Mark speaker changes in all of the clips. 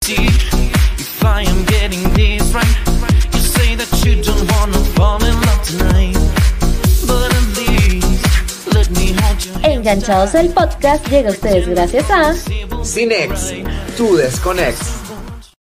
Speaker 1: guarantee if I am getting this right. You say that you don't wanna fall in love tonight, but at least let me hold you.
Speaker 2: Enganchados al podcast llega a ustedes gracias a
Speaker 3: Cinex, tu desconex.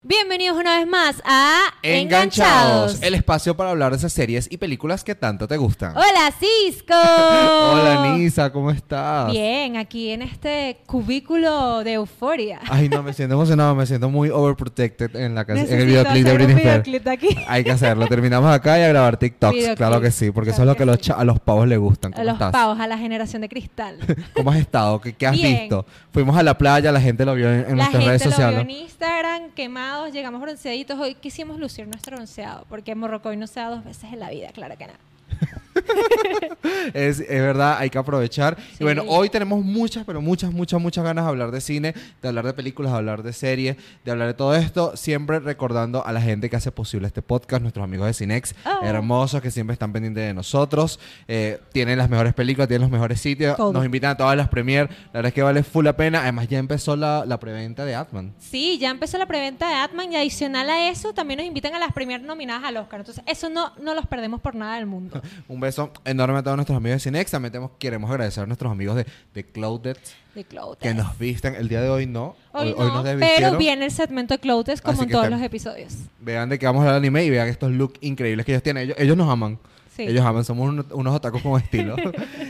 Speaker 4: Bienvenidos una vez más a
Speaker 5: Enganchados, el espacio para hablar de esas series y películas que tanto te gustan.
Speaker 4: Hola Cisco.
Speaker 5: Hola Nisa, ¿cómo estás?
Speaker 4: Oh. Bien, aquí en este cubículo de euforia.
Speaker 5: Ay, no, me siento emocionado, me siento muy overprotected en, la canción- en el
Speaker 4: Necesito
Speaker 5: videoclip de
Speaker 4: hacer un
Speaker 5: Britney Spears.
Speaker 4: videoclip de aquí.
Speaker 5: Hay que hacerlo, terminamos acá y a grabar TikToks,
Speaker 4: Videoclip.
Speaker 5: claro que sí, porque eso es
Speaker 4: Claro
Speaker 5: lo que
Speaker 4: que
Speaker 5: los
Speaker 4: sí.
Speaker 5: cha- a los pavos les gustan.
Speaker 4: A
Speaker 5: ¿Cómo
Speaker 4: los
Speaker 5: estás?
Speaker 4: pavos, a la generación de cristal.
Speaker 5: ¿Cómo has estado? ¿Qué, qué has
Speaker 4: Bien.
Speaker 5: visto? Fuimos a la playa, la gente lo vio en, en
Speaker 4: la
Speaker 5: nuestras
Speaker 4: gente
Speaker 5: redes
Speaker 4: lo vio
Speaker 5: sociales.
Speaker 4: en Instagram, quemados, llegamos bronceaditos. Hoy quisimos lucir nuestro bronceado, porque Morrocoy no se da dos veces en la vida, claro que no.
Speaker 5: Es, es verdad, hay que aprovechar.
Speaker 4: Sí.
Speaker 5: Y bueno, hoy tenemos muchas, pero muchas, muchas, muchas ganas de hablar de cine, de hablar de películas, de hablar de series, de hablar de todo esto. Siempre recordando a la gente que hace posible este podcast, nuestros amigos de Cinex,
Speaker 4: Oh.
Speaker 5: hermosos, que siempre están pendientes de nosotros. Eh, tienen las mejores películas, tienen los mejores sitios.
Speaker 4: Todo.
Speaker 5: Nos invitan a todas las premier. La verdad es que vale full la pena. Además, ya empezó la, la preventa de Atman.
Speaker 4: Sí, ya empezó la preventa de Atman y adicional a eso también nos invitan a las primeras nominadas al Oscar. Entonces, eso no, no los perdemos por nada del mundo.
Speaker 5: Un beso enorme a todos nuestros amigos de Cinex. También tenemos- queremos agradecer a nuestros amigos de, de Clouded
Speaker 4: De Cloud.
Speaker 5: que nos visten. El día de hoy no.
Speaker 4: Hoy,
Speaker 5: Hoy,
Speaker 4: no,
Speaker 5: nos
Speaker 4: pero
Speaker 5: desvistieron.
Speaker 4: viene el segmento de Cloutes como
Speaker 5: Así
Speaker 4: en
Speaker 5: que
Speaker 4: todos
Speaker 5: estén-
Speaker 4: los episodios.
Speaker 5: Vean de qué vamos a hablar de anime y vean estos looks increíbles que ellos tienen. Ellos, ellos nos aman.
Speaker 4: Sí.
Speaker 5: Ellos aman, somos un- unos otacos con estilo.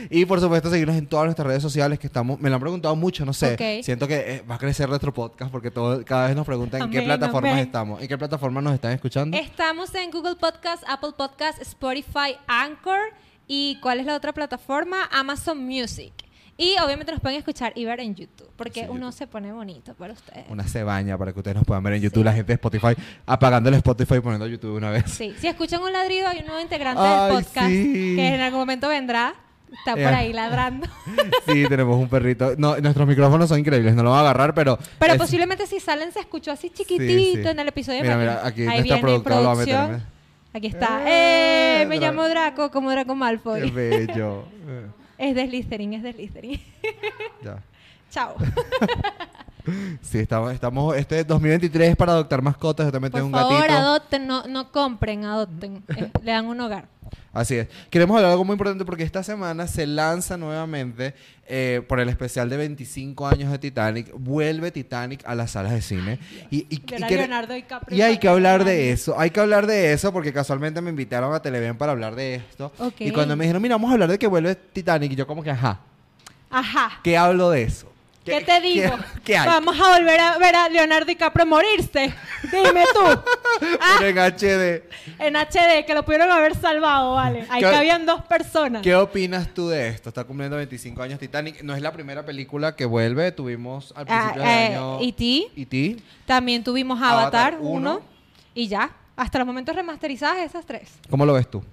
Speaker 5: y por supuesto, seguirnos en todas nuestras redes sociales que estamos. Me lo han preguntado mucho, no sé.
Speaker 4: Ok.
Speaker 5: Siento que eh, va a crecer nuestro podcast porque todo, cada vez nos preguntan en qué
Speaker 4: Amén,
Speaker 5: plataformas
Speaker 4: amén.
Speaker 5: estamos, en qué plataformas nos están escuchando.
Speaker 4: Estamos en Google Podcast, Apple Podcast, Spotify, Anchor y ¿cuál es la otra plataforma? Amazon Music. Y obviamente nos pueden escuchar y ver en YouTube, porque
Speaker 5: Sí,
Speaker 4: uno
Speaker 5: YouTube.
Speaker 4: se pone bonito para ustedes.
Speaker 5: Una cebaña para que ustedes nos puedan ver en YouTube, la gente de Spotify, apagando el Spotify y poniendo YouTube una vez.
Speaker 4: Sí, si escuchan un ladrido, hay un nuevo integrante
Speaker 5: Ay,
Speaker 4: del podcast
Speaker 5: sí.
Speaker 4: que en algún momento vendrá, está por
Speaker 5: Eh.
Speaker 4: ahí ladrando.
Speaker 5: Sí, tenemos un perrito. No, nuestros micrófonos son increíbles, no lo van a agarrar, pero.
Speaker 4: Pero
Speaker 5: es-
Speaker 4: posiblemente si salen se escuchó así chiquitito
Speaker 5: sí.
Speaker 4: en el episodio
Speaker 5: Mira,
Speaker 4: de
Speaker 5: mira,
Speaker 4: Matrix.
Speaker 5: aquí
Speaker 4: Ahí
Speaker 5: nuestra
Speaker 4: viene
Speaker 5: productora lo va a meter,
Speaker 4: producción.
Speaker 5: mira.
Speaker 4: Aquí está.
Speaker 5: Eh,
Speaker 4: ¡Eh! Me
Speaker 5: Draco.
Speaker 4: llamo Draco, como Draco Malfoy.
Speaker 5: Qué bello. Eh,
Speaker 4: Es de Slytherin, es de Slytherin.
Speaker 5: ya.
Speaker 4: Chao.
Speaker 5: Sí, estamos, estamos, este 2023 es para adoptar mascotas, yo también
Speaker 4: Por
Speaker 5: tengo un
Speaker 4: favor,
Speaker 5: gatito.
Speaker 4: adopten, no, no compren, adopten. Eh, Le dan un hogar.
Speaker 5: Así es. Queremos hablar de algo muy importante porque esta semana se lanza nuevamente eh, por el especial de 25 años de Titanic. Vuelve Titanic a las salas de cine. Y, y-
Speaker 4: Ver
Speaker 5: y
Speaker 4: a
Speaker 5: quere-
Speaker 4: Leonardo DiCaprio
Speaker 5: y hay que hablar de
Speaker 4: bailando.
Speaker 5: eso. Hay que hablar de eso porque casualmente me invitaron a Televen para hablar de esto.
Speaker 4: Ok.
Speaker 5: Y cuando me dijeron, mira, vamos a hablar de que vuelve Titanic, y yo como que, ajá,
Speaker 4: Ajá.
Speaker 5: ¿qué hablo de eso?
Speaker 4: ¿Qué, te digo?
Speaker 5: ¿Qué, qué hay?
Speaker 4: Vamos a volver a ver a Leonardo DiCaprio morirse. Dime tú. Ah,
Speaker 5: Pero en HD.
Speaker 4: en HD, que lo pudieron haber salvado, vale. Ahí
Speaker 5: ¿Qué-
Speaker 4: cabían dos personas.
Speaker 5: ¿Qué opinas tú de esto? Está cumpliendo 25 años Titanic. No es la primera película que vuelve. Tuvimos al
Speaker 4: Ah,
Speaker 5: principio
Speaker 4: eh,
Speaker 5: del año...
Speaker 4: E.T..
Speaker 5: E.T.
Speaker 4: También tuvimos
Speaker 5: Avatar
Speaker 4: Avatar 1
Speaker 5: uno.
Speaker 4: y ya. Hasta los momentos remasterizadas esas tres.
Speaker 5: ¿Cómo lo ves tú?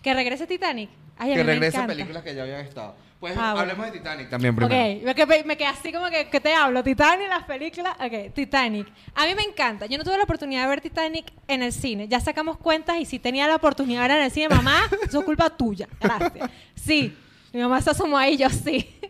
Speaker 4: Que regrese Titanic. Ay, a
Speaker 5: que
Speaker 4: mí me
Speaker 5: regresen
Speaker 4: encanta.
Speaker 5: películas que ya habían estado. Pues
Speaker 4: Ah, bueno.
Speaker 5: hablemos de Titanic también primero.
Speaker 4: Ok, me quedé, me quedé así como que, que te hablo. Titanic, las películas. Ok, Titanic. A mí me encanta. Yo no tuve la oportunidad de ver Titanic en el cine. Ya sacamos cuentas y si tenía la oportunidad de ver en el cine, mamá, eso es culpa tuya. Gracias. Sí, mi mamá se asomó ahí, yo sí.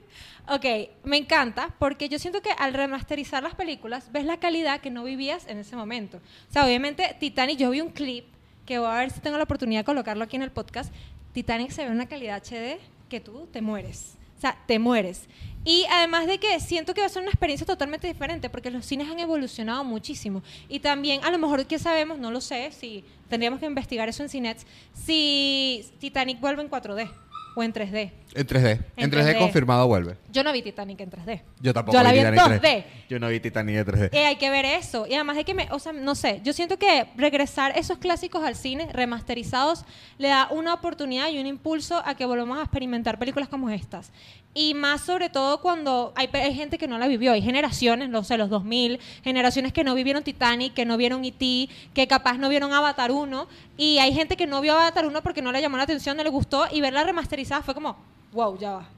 Speaker 4: Ok, me encanta porque yo siento que al remasterizar las películas ves la calidad que no vivías en ese momento. O sea, obviamente Titanic, yo vi un clip que voy a ver si tengo la oportunidad de colocarlo aquí en el podcast. Titanic se ve en una calidad HD que tú te mueres. O sea, te mueres. Y además de que siento que va a ser una experiencia totalmente diferente porque los cines han evolucionado muchísimo. Y también, a lo mejor que sabemos, no lo sé, si tendríamos que investigar eso en Cinets, si Titanic vuelve en 4D o en 3D.
Speaker 5: En 3D.
Speaker 4: En
Speaker 5: En 3D,
Speaker 4: 3D.
Speaker 5: confirmado vuelve.
Speaker 4: Yo no vi Titanic en 3D.
Speaker 5: Yo tampoco
Speaker 4: Yo la vi en 2D.
Speaker 5: Titanic 3D. Yo no vi Titanic en 3D.
Speaker 4: Eh, hay que ver eso. Y además de que me, o sea, no sé, yo siento que regresar esos clásicos al cine remasterizados le da una oportunidad y un impulso a que volvamos a experimentar películas como estas. Y más sobre todo cuando hay, pe- hay gente que no la vivió, hay generaciones, no sé, los 2000, generaciones que no vivieron Titanic, que no vieron E.T., que capaz no vieron Avatar 1, y hay gente que no vio Avatar 1 porque no le llamó la atención, no le gustó, y verla remasterizada fue como, wow, ya va.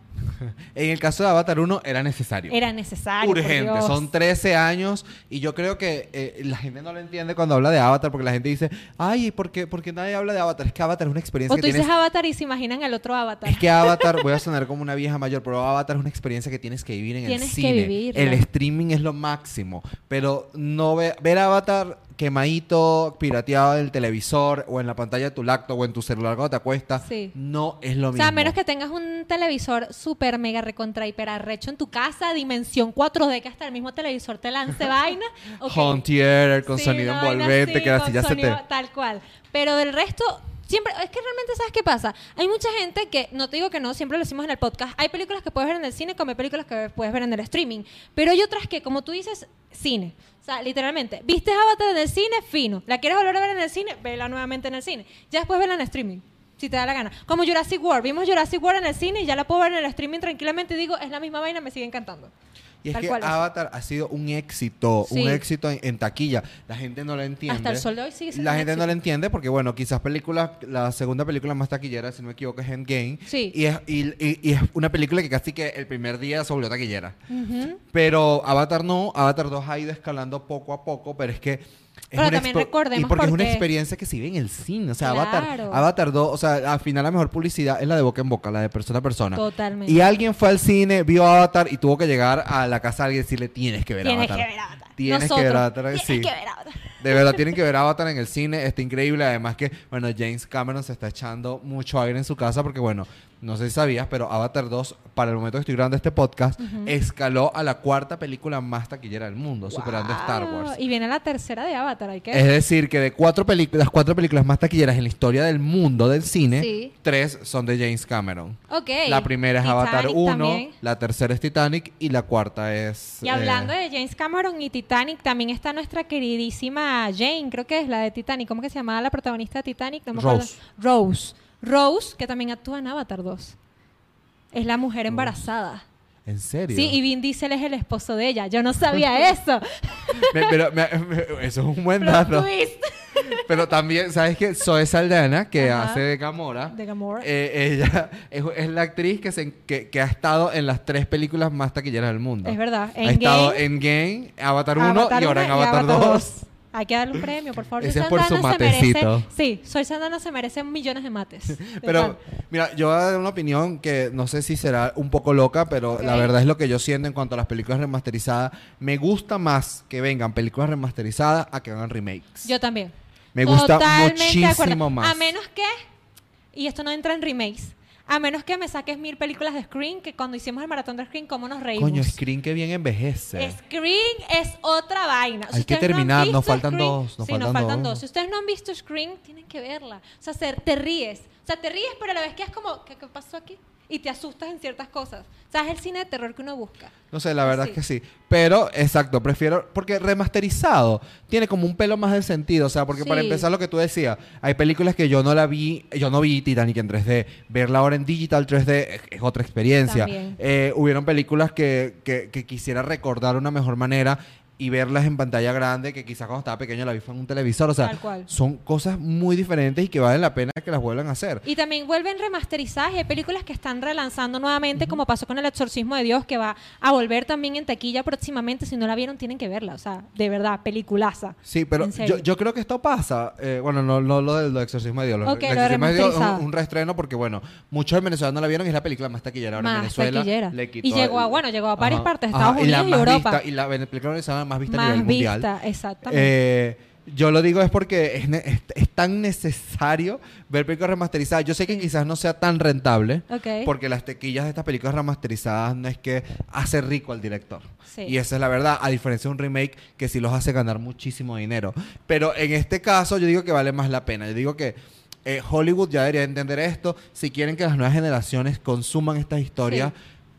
Speaker 5: En el caso de Avatar 1 era necesario.
Speaker 4: Era necesario. por
Speaker 5: Urgente,
Speaker 4: Dios.
Speaker 5: son 13 años y yo creo que eh, la gente no lo entiende cuando habla de Avatar porque la gente dice, ay, ¿y ¿por qué, por qué nadie habla de Avatar? Es que Avatar es una experiencia
Speaker 4: O
Speaker 5: que
Speaker 4: tú dices
Speaker 5: tienes-
Speaker 4: Avatar y se imaginan el otro Avatar.
Speaker 5: Es que Avatar, voy a sonar como una vieja mayor, pero Avatar es una experiencia que tienes que vivir en
Speaker 4: Tienes
Speaker 5: el
Speaker 4: que
Speaker 5: cine.
Speaker 4: vivirla.
Speaker 5: el streaming es lo máximo, pero no ve- ver Avatar quemadito, pirateado en el televisor o en la pantalla de tu laptop o en tu celular cuando te acuestas,
Speaker 4: Sí.
Speaker 5: no es lo
Speaker 4: o
Speaker 5: mismo.
Speaker 4: sea, a menos que tengas un televisor super mega recontra hiper arrecho en tu casa, dimensión 4D, que hasta el mismo televisor te lance vaina. ok.
Speaker 5: Home theater con
Speaker 4: Sí,
Speaker 5: sonido
Speaker 4: una vaina
Speaker 5: envolvente,
Speaker 4: así,
Speaker 5: que así
Speaker 4: con
Speaker 5: ya se
Speaker 4: sonido
Speaker 5: te...
Speaker 4: Tal cual. Pero del resto, siempre, es que realmente, ¿sabes qué pasa? Hay mucha gente que, no te digo que no, siempre lo decimos en el podcast, hay películas que puedes ver en el cine como hay películas que puedes ver en el streaming. Pero hay otras que, como tú dices, cine. O sea, literalmente, viste Avatar en el cine, fino. La quieres volver a ver en el cine, vela nuevamente en el cine. Ya después vela en el streaming. Si te da la gana. Como Jurassic World. Vimos Jurassic World en el cine y ya la puedo ver en el streaming tranquilamente. y Digo, es la misma vaina, me sigue encantando.
Speaker 5: Y es
Speaker 4: Tal
Speaker 5: que
Speaker 4: cual es.
Speaker 5: Avatar ha sido un éxito,
Speaker 4: Sí.
Speaker 5: un éxito en, en taquilla. La gente no lo entiende.
Speaker 4: Hasta el sol de hoy sigue siendo
Speaker 5: La
Speaker 4: un
Speaker 5: gente no
Speaker 4: éxito.
Speaker 5: lo entiende porque, bueno, quizás películas, la segunda película más taquillera, si no me equivoco, es Endgame.
Speaker 4: Sí.
Speaker 5: Y es, y, y- y es una película que casi que el primer día se volvió taquillera. Pero Avatar no, Avatar 2 ha ido escalando poco a poco, pero es que... es
Speaker 4: Pero
Speaker 5: una
Speaker 4: también
Speaker 5: expo-
Speaker 4: recordemos
Speaker 5: y porque es una
Speaker 4: porque-
Speaker 5: experiencia que se vive en el cine. O sea, Avatar,
Speaker 4: Claro.
Speaker 5: Avatar 2, o sea, al final la mejor publicidad es la de boca en boca, la de persona a persona.
Speaker 4: Totalmente.
Speaker 5: Y alguien fue al cine, vio Avatar y tuvo que llegar a la casa de alguien y decirle, tienes que ver
Speaker 4: Tienes
Speaker 5: Avatar.
Speaker 4: que ver Avatar.
Speaker 5: Tienes
Speaker 4: Nosotros,
Speaker 5: que ver Avatar.
Speaker 4: Tienes
Speaker 5: sí.
Speaker 4: que ver Avatar.
Speaker 5: De verdad, tienen que ver Avatar en el cine. Está increíble. Además que, bueno, James Cameron se está echando mucho aire en su casa porque, bueno, no sé si sabías, pero Avatar 2, para el momento que estoy grabando este podcast, escaló a la cuarta película más taquillera del mundo, superando a Star
Speaker 4: Wow.
Speaker 5: Wars.
Speaker 4: Y viene la tercera de Avatar, hay que
Speaker 5: Es decir, que de cuatro películas, las cuatro películas más taquilleras en la historia del mundo del cine,
Speaker 4: Sí.
Speaker 5: tres son de James Cameron.
Speaker 4: Ok.
Speaker 5: La primera es
Speaker 4: Titanic
Speaker 5: Avatar 1,
Speaker 4: también.
Speaker 5: la tercera es Titanic y la cuarta es...
Speaker 4: Y hablando
Speaker 5: eh,
Speaker 4: de James Cameron y Titanic, también está nuestra queridísima Jane, creo que es la de Titanic. ¿Cómo que se llamaba la protagonista de Titanic? No me acuerdo.
Speaker 5: Rose.
Speaker 4: Rose. Rose, que también actúa en Avatar 2. Es la mujer embarazada.
Speaker 5: ¿En serio?
Speaker 4: Sí, y Vin Diesel es el esposo de ella. Yo no sabía eso.
Speaker 5: Me- pero me- me- eso es un buen
Speaker 4: Plot
Speaker 5: dato.
Speaker 4: twist.
Speaker 5: Pero también, ¿sabes qué? Zoe Saldana, que
Speaker 4: Ajá.
Speaker 5: hace de Gamora.
Speaker 4: De Gamora.
Speaker 5: eh, ella es, es la actriz que, se, en- que, que ha estado en las tres películas más taquilleras del mundo.
Speaker 4: Es verdad.
Speaker 5: ha estado
Speaker 4: Endgame,
Speaker 5: en Game, Avatar 1
Speaker 4: Avatar
Speaker 5: y ahora en
Speaker 4: uno y
Speaker 5: Avatar 2.
Speaker 4: dos. Hay que darle un premio, por favor.
Speaker 5: Ese
Speaker 4: Soy
Speaker 5: es por su
Speaker 4: Sandana, se
Speaker 5: matecito.
Speaker 4: merece- sí, Soy Sandana se merece millones de mates. De pan.
Speaker 5: Pero, mira, yo voy a dar una opinión que no sé si será un poco loca, pero la
Speaker 4: Ok.
Speaker 5: verdad es lo que yo siento en cuanto a las películas remasterizadas. Me gusta más que vengan películas remasterizadas a que hagan remakes.
Speaker 4: Yo también.
Speaker 5: Me gusta
Speaker 4: Totalmente de acuerdo.
Speaker 5: muchísimo más.
Speaker 4: A menos que, y esto no entra en remakes, a menos que me saques mil películas de Screen, que cuando hicimos el maratón de Screen, ¿cómo nos reímos?
Speaker 5: Coño, Screen que bien envejece.
Speaker 4: Screen es otra vaina.
Speaker 5: Hay que
Speaker 4: ustedes han
Speaker 5: terminar,
Speaker 4: visto
Speaker 5: nos faltan
Speaker 4: Screen-
Speaker 5: dos, nos
Speaker 4: sí,
Speaker 5: faltan
Speaker 4: nos faltan
Speaker 5: dos.
Speaker 4: dos. Si ustedes no han visto Screen, tienen que verla. O sea, se- te ríes. O sea, te ríes, pero a la vez que es como, ¿qué, qué pasó aquí? Y te asustas en ciertas cosas. O sea, es el cine de terror que uno busca.
Speaker 5: No sé, la verdad
Speaker 4: Sí.
Speaker 5: es que sí. Pero, exacto, prefiero. Porque remasterizado tiene como un pelo más de sentido. O sea, porque para
Speaker 4: Sí.
Speaker 5: empezar lo que tú decías, hay películas que yo no la vi. Yo no vi Titanic en 3D. Verla ahora en digital 3D es, es otra experiencia.
Speaker 4: También.
Speaker 5: Eh, hubieron películas que, que- que quisiera recordar de una mejor manera y verlas en pantalla grande, que quizás cuando estaba pequeño la vi fue en un televisor. O sea,
Speaker 4: Tal cual.
Speaker 5: son cosas muy diferentes y que valen la pena que las vuelvan a hacer.
Speaker 4: Y también vuelven remasterizadas y hay películas que están relanzando nuevamente, como pasó con El Exorcismo de Dios, que va a volver también en taquilla próximamente. Si no la vieron, tienen que verla. O sea, de verdad, peliculaza.
Speaker 5: Sí, pero
Speaker 4: En serio.
Speaker 5: yo, yo creo que esto pasa. eh, bueno, no, no lo del exorcismo de Dios. lo-
Speaker 4: Ok,
Speaker 5: el
Speaker 4: lo
Speaker 5: exorcismo de Dios es
Speaker 4: remasterizado.
Speaker 5: un, un reestreno porque, bueno, muchos de Venezuela no la vieron y es la película más taquillera ahora en
Speaker 4: Más
Speaker 5: Venezuela.
Speaker 4: taquillera.
Speaker 5: le quitó
Speaker 4: Y llegó a-
Speaker 5: el-
Speaker 4: bueno, llegó a varias partes de
Speaker 5: ajá,
Speaker 4: Estados
Speaker 5: la
Speaker 4: Unidos y
Speaker 5: más
Speaker 4: Europa.
Speaker 5: vista- y la ven- película venezolana más vista a
Speaker 4: Más
Speaker 5: nivel mundial.
Speaker 4: vista, exactamente.
Speaker 5: Eh, yo lo digo es porque es, ne- es- es tan necesario ver películas remasterizadas. Yo sé que quizás no sea tan rentable
Speaker 4: Ok.
Speaker 5: porque las tequillas de estas películas remasterizadas no es que hace rico al director.
Speaker 4: Sí.
Speaker 5: Y esa es la verdad, a diferencia de un remake que sí los hace ganar muchísimo dinero. Pero en este caso yo digo que vale más la pena. Yo digo que eh, Hollywood ya debería entender esto. Si quieren que las nuevas generaciones consuman estas historias,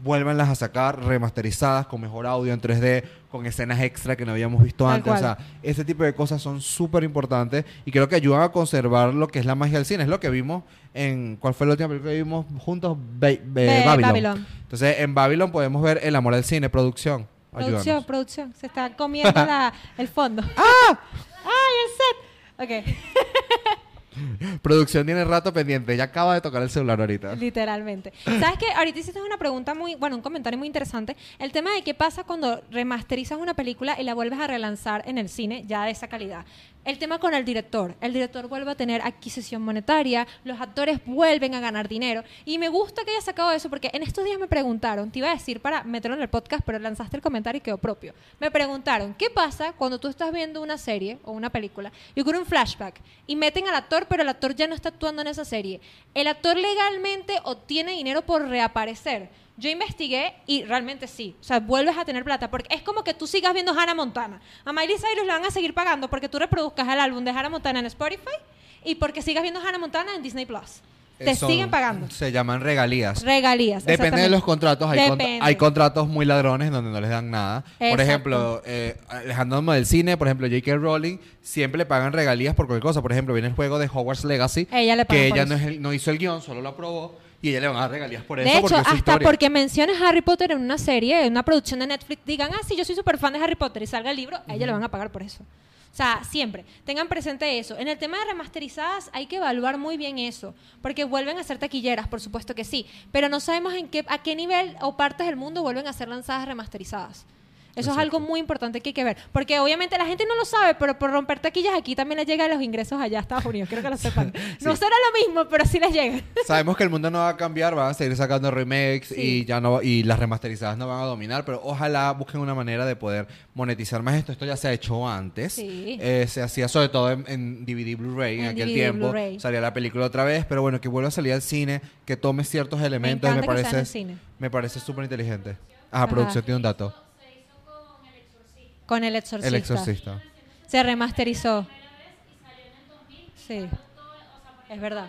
Speaker 5: vuélvanlas a sacar remasterizadas con mejor audio en 3D, con escenas extra que no habíamos visto
Speaker 4: Tal
Speaker 5: antes. O
Speaker 4: cual.
Speaker 5: sea, ese tipo de cosas son súper importantes y creo que ayudan a conservar lo que es la magia del cine. Es lo que vimos en. ¿Cuál fue la última película que vimos juntos? Ba- eh,
Speaker 4: Ba-
Speaker 5: Babylon.
Speaker 4: Babylon.
Speaker 5: Entonces, en Babylon podemos ver el amor al cine, producción. Ayúdanos.
Speaker 4: Producción, producción. Se está comiendo la- el fondo. ¡Ah! ¡Ay, el set! Ok.
Speaker 5: Producción tiene rato pendiente. Ya acaba de tocar el celular ahorita.
Speaker 4: Literalmente. ¿Sabes qué? Ahorita hiciste una pregunta muy, bueno, un comentario muy interesante. El tema de qué pasa cuando remasterizas una película y la vuelves a relanzar en el cine ya de esa calidad. El tema con el director. El director vuelve a tener adquisición monetaria, los actores vuelven a ganar dinero. Y me gusta que hayas sacado eso porque en estos días me preguntaron, te iba a decir para meterlo en el podcast, pero lanzaste el comentario y quedó propio. Me preguntaron, ¿qué pasa cuando tú estás viendo una serie o una película y ocurre un flashback y meten al actor, pero el actor ya no está actuando en esa serie? El actor legalmente obtiene dinero por reaparecer. Yo investigué y realmente sí. O sea, vuelves a tener plata. Porque es como que tú sigas viendo Hannah Montana. A Miley Cyrus le van a seguir pagando porque tú reproduzcas el álbum de Hannah Montana en Spotify y porque sigas viendo Hannah Montana en Disney Plus. Te
Speaker 5: Eh, Son-
Speaker 4: siguen pagando.
Speaker 5: Se llaman regalías.
Speaker 4: Regalías.
Speaker 5: Depende de los
Speaker 4: exactamente.
Speaker 5: contratos. Hay, contra-
Speaker 4: Depende.
Speaker 5: hay contratos muy ladrones en donde no les dan nada. Por
Speaker 4: Exacto.
Speaker 5: ejemplo, eh, alejándonos del cine, por ejemplo, J.K. Rowling siempre le pagan regalías por cualquier cosa. Por ejemplo, viene el juego de Hogwarts Legacy,
Speaker 4: Ella le pagan
Speaker 5: que
Speaker 4: por
Speaker 5: ella
Speaker 4: eso.
Speaker 5: no, es el- no hizo el guión, solo lo aprobó, y ella le van a dar regalías por eso.
Speaker 4: De hecho,
Speaker 5: porque es su
Speaker 4: hasta
Speaker 5: historia.
Speaker 4: porque menciones Harry Potter en una serie, en una producción de Netflix, digan, ah, sí, yo soy súper fan de Harry Potter y salga el libro, a ella le van a pagar por eso. O sea, siempre. Tengan presente eso. En el tema de remasterizadas hay que evaluar muy bien eso, porque vuelven a ser taquilleras, por supuesto que sí, pero no sabemos en qué, a qué nivel o partes del mundo vuelven a ser lanzadas remasterizadas. Eso es algo muy importante que hay que ver, porque obviamente la gente no lo sabe, pero por romper taquillas aquí también les llegan los ingresos allá a Estados Unidos, quiero que lo sepan. No será lo mismo, pero sí les llega.
Speaker 5: Sabemos que el mundo no va a cambiar, van a seguir sacando remakes
Speaker 4: Sí.
Speaker 5: y ya no y las remasterizadas no van a dominar, pero ojalá busquen una manera de poder monetizar más esto. Esto ya se ha hecho antes.
Speaker 4: Sí.
Speaker 5: Eh, se hacía sobre todo en, en DVD Blu-ray en,
Speaker 4: En
Speaker 5: aquel
Speaker 4: DVD
Speaker 5: tiempo.
Speaker 4: Blu-ray.
Speaker 5: Salía la película otra vez, pero bueno, que vuelva a salir al cine, que tome ciertos elementos, me,
Speaker 4: encanta que sea en
Speaker 5: parece
Speaker 4: el cine.
Speaker 5: me parece súper inteligente. Ah, producción tiene un dato.
Speaker 4: Con el exorcista.
Speaker 5: El exorcista.
Speaker 4: Se remasterizó. Sí. Es verdad.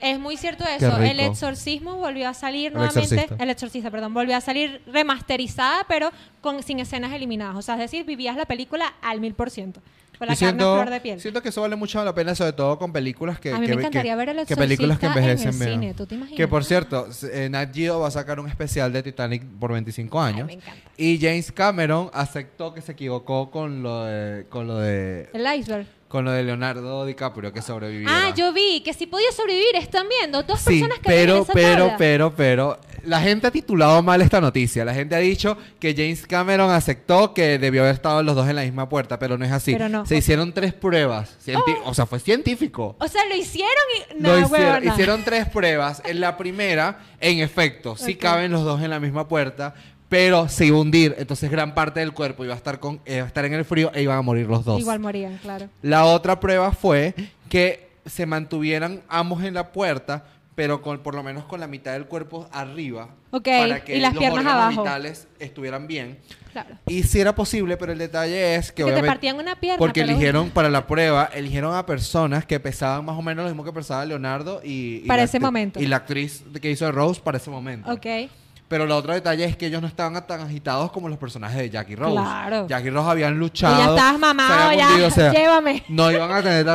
Speaker 4: Es muy cierto eso. El
Speaker 5: rico.
Speaker 4: exorcismo volvió a salir
Speaker 5: El
Speaker 4: nuevamente.
Speaker 5: exorcista.
Speaker 4: El exorcista, perdón, volvió a salir remasterizada, pero con, sin escenas eliminadas. O sea, es decir, vivías la película al mil por ciento. Con la
Speaker 5: Y
Speaker 4: carne a flor de piel.
Speaker 5: siento que eso vale mucho la pena, sobre todo con películas que.
Speaker 4: A mí
Speaker 5: que-
Speaker 4: me encantaría
Speaker 5: que-
Speaker 4: ver El
Speaker 5: que películas que
Speaker 4: Exorcista en el
Speaker 5: envejecen bien.
Speaker 4: cine, ¿tú te imaginas?
Speaker 5: Que por cierto, s- eh, Nat Geo va a sacar un especial de Titanic por 25 años.
Speaker 4: me encanta.
Speaker 5: Y James Cameron aceptó que se equivocó con lo de. Con lo de
Speaker 4: El iceberg.
Speaker 5: con lo de Leonardo DiCaprio que sobrevivió.
Speaker 4: Ah, yo vi que si podía sobrevivir, están viendo. Dos
Speaker 5: Sí,
Speaker 4: personas que
Speaker 5: pero, pero,
Speaker 4: pero.
Speaker 5: pero, pero, la gente ha titulado mal esta noticia. La gente ha dicho que James Cameron aceptó que debió haber estado los dos en la misma puerta, pero no es así.
Speaker 4: Pero no.
Speaker 5: Se hicieron tres pruebas. cienti- O sea, fue científico.
Speaker 4: O sea, lo hicieron y. No,
Speaker 5: Lo hicieron,
Speaker 4: huevona.
Speaker 5: hicieron tres pruebas. En la primera, en efecto, sí
Speaker 4: Ok.
Speaker 5: caben los dos en la misma puerta, pero se iba a hundir. Entonces gran parte del cuerpo iba a estar con, iba a estar en el frío e iban a morir los dos.
Speaker 4: Igual morían, claro.
Speaker 5: La otra prueba fue que se mantuvieran ambos en la puerta, pero con por lo menos con la mitad del cuerpo arriba,
Speaker 4: Ok,
Speaker 5: para que
Speaker 4: y las
Speaker 5: los
Speaker 4: piernas
Speaker 5: órganos
Speaker 4: abajo.
Speaker 5: vitales estuvieran bien.
Speaker 4: Claro.
Speaker 5: Y si era posible, pero el detalle es que,
Speaker 4: Que te
Speaker 5: obviamente-
Speaker 4: partían una pierna.
Speaker 5: porque
Speaker 4: pero-
Speaker 5: eligieron para la prueba, eligieron a personas que pesaban más o menos lo mismo que pesaba Leonardo y, y
Speaker 4: Para
Speaker 5: la
Speaker 4: ese
Speaker 5: actri-
Speaker 4: momento.
Speaker 5: Y la actriz que hizo de Rose para ese momento.
Speaker 4: Ok.
Speaker 5: Pero el otro detalle es que ellos no estaban tan agitados como los personajes de Jackie Rose.
Speaker 4: Claro.
Speaker 5: Jackie Rose habían luchado.
Speaker 4: estabas
Speaker 5: se
Speaker 4: mamado,
Speaker 5: habían
Speaker 4: ya,
Speaker 5: o sea,
Speaker 4: llévame.
Speaker 5: No iban a tener la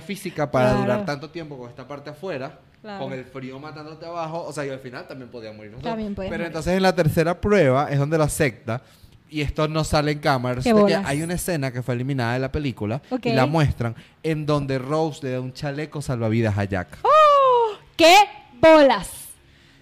Speaker 5: física para
Speaker 4: Claro.
Speaker 5: durar tanto tiempo con esta parte afuera.
Speaker 4: Claro.
Speaker 5: Con el frío matándote abajo. O sea, y al final también podían morir. los dos.
Speaker 4: También podían
Speaker 5: Pero
Speaker 4: morir.
Speaker 5: entonces en la tercera prueba es donde la secta. Y esto no sale en cámara.
Speaker 4: Qué
Speaker 5: resulta que
Speaker 4: bolas.
Speaker 5: hay una escena que fue eliminada de la película
Speaker 4: Ok.
Speaker 5: y la muestran en donde Rose le da un chaleco salvavidas a Jack.
Speaker 4: ¡Qué bolas!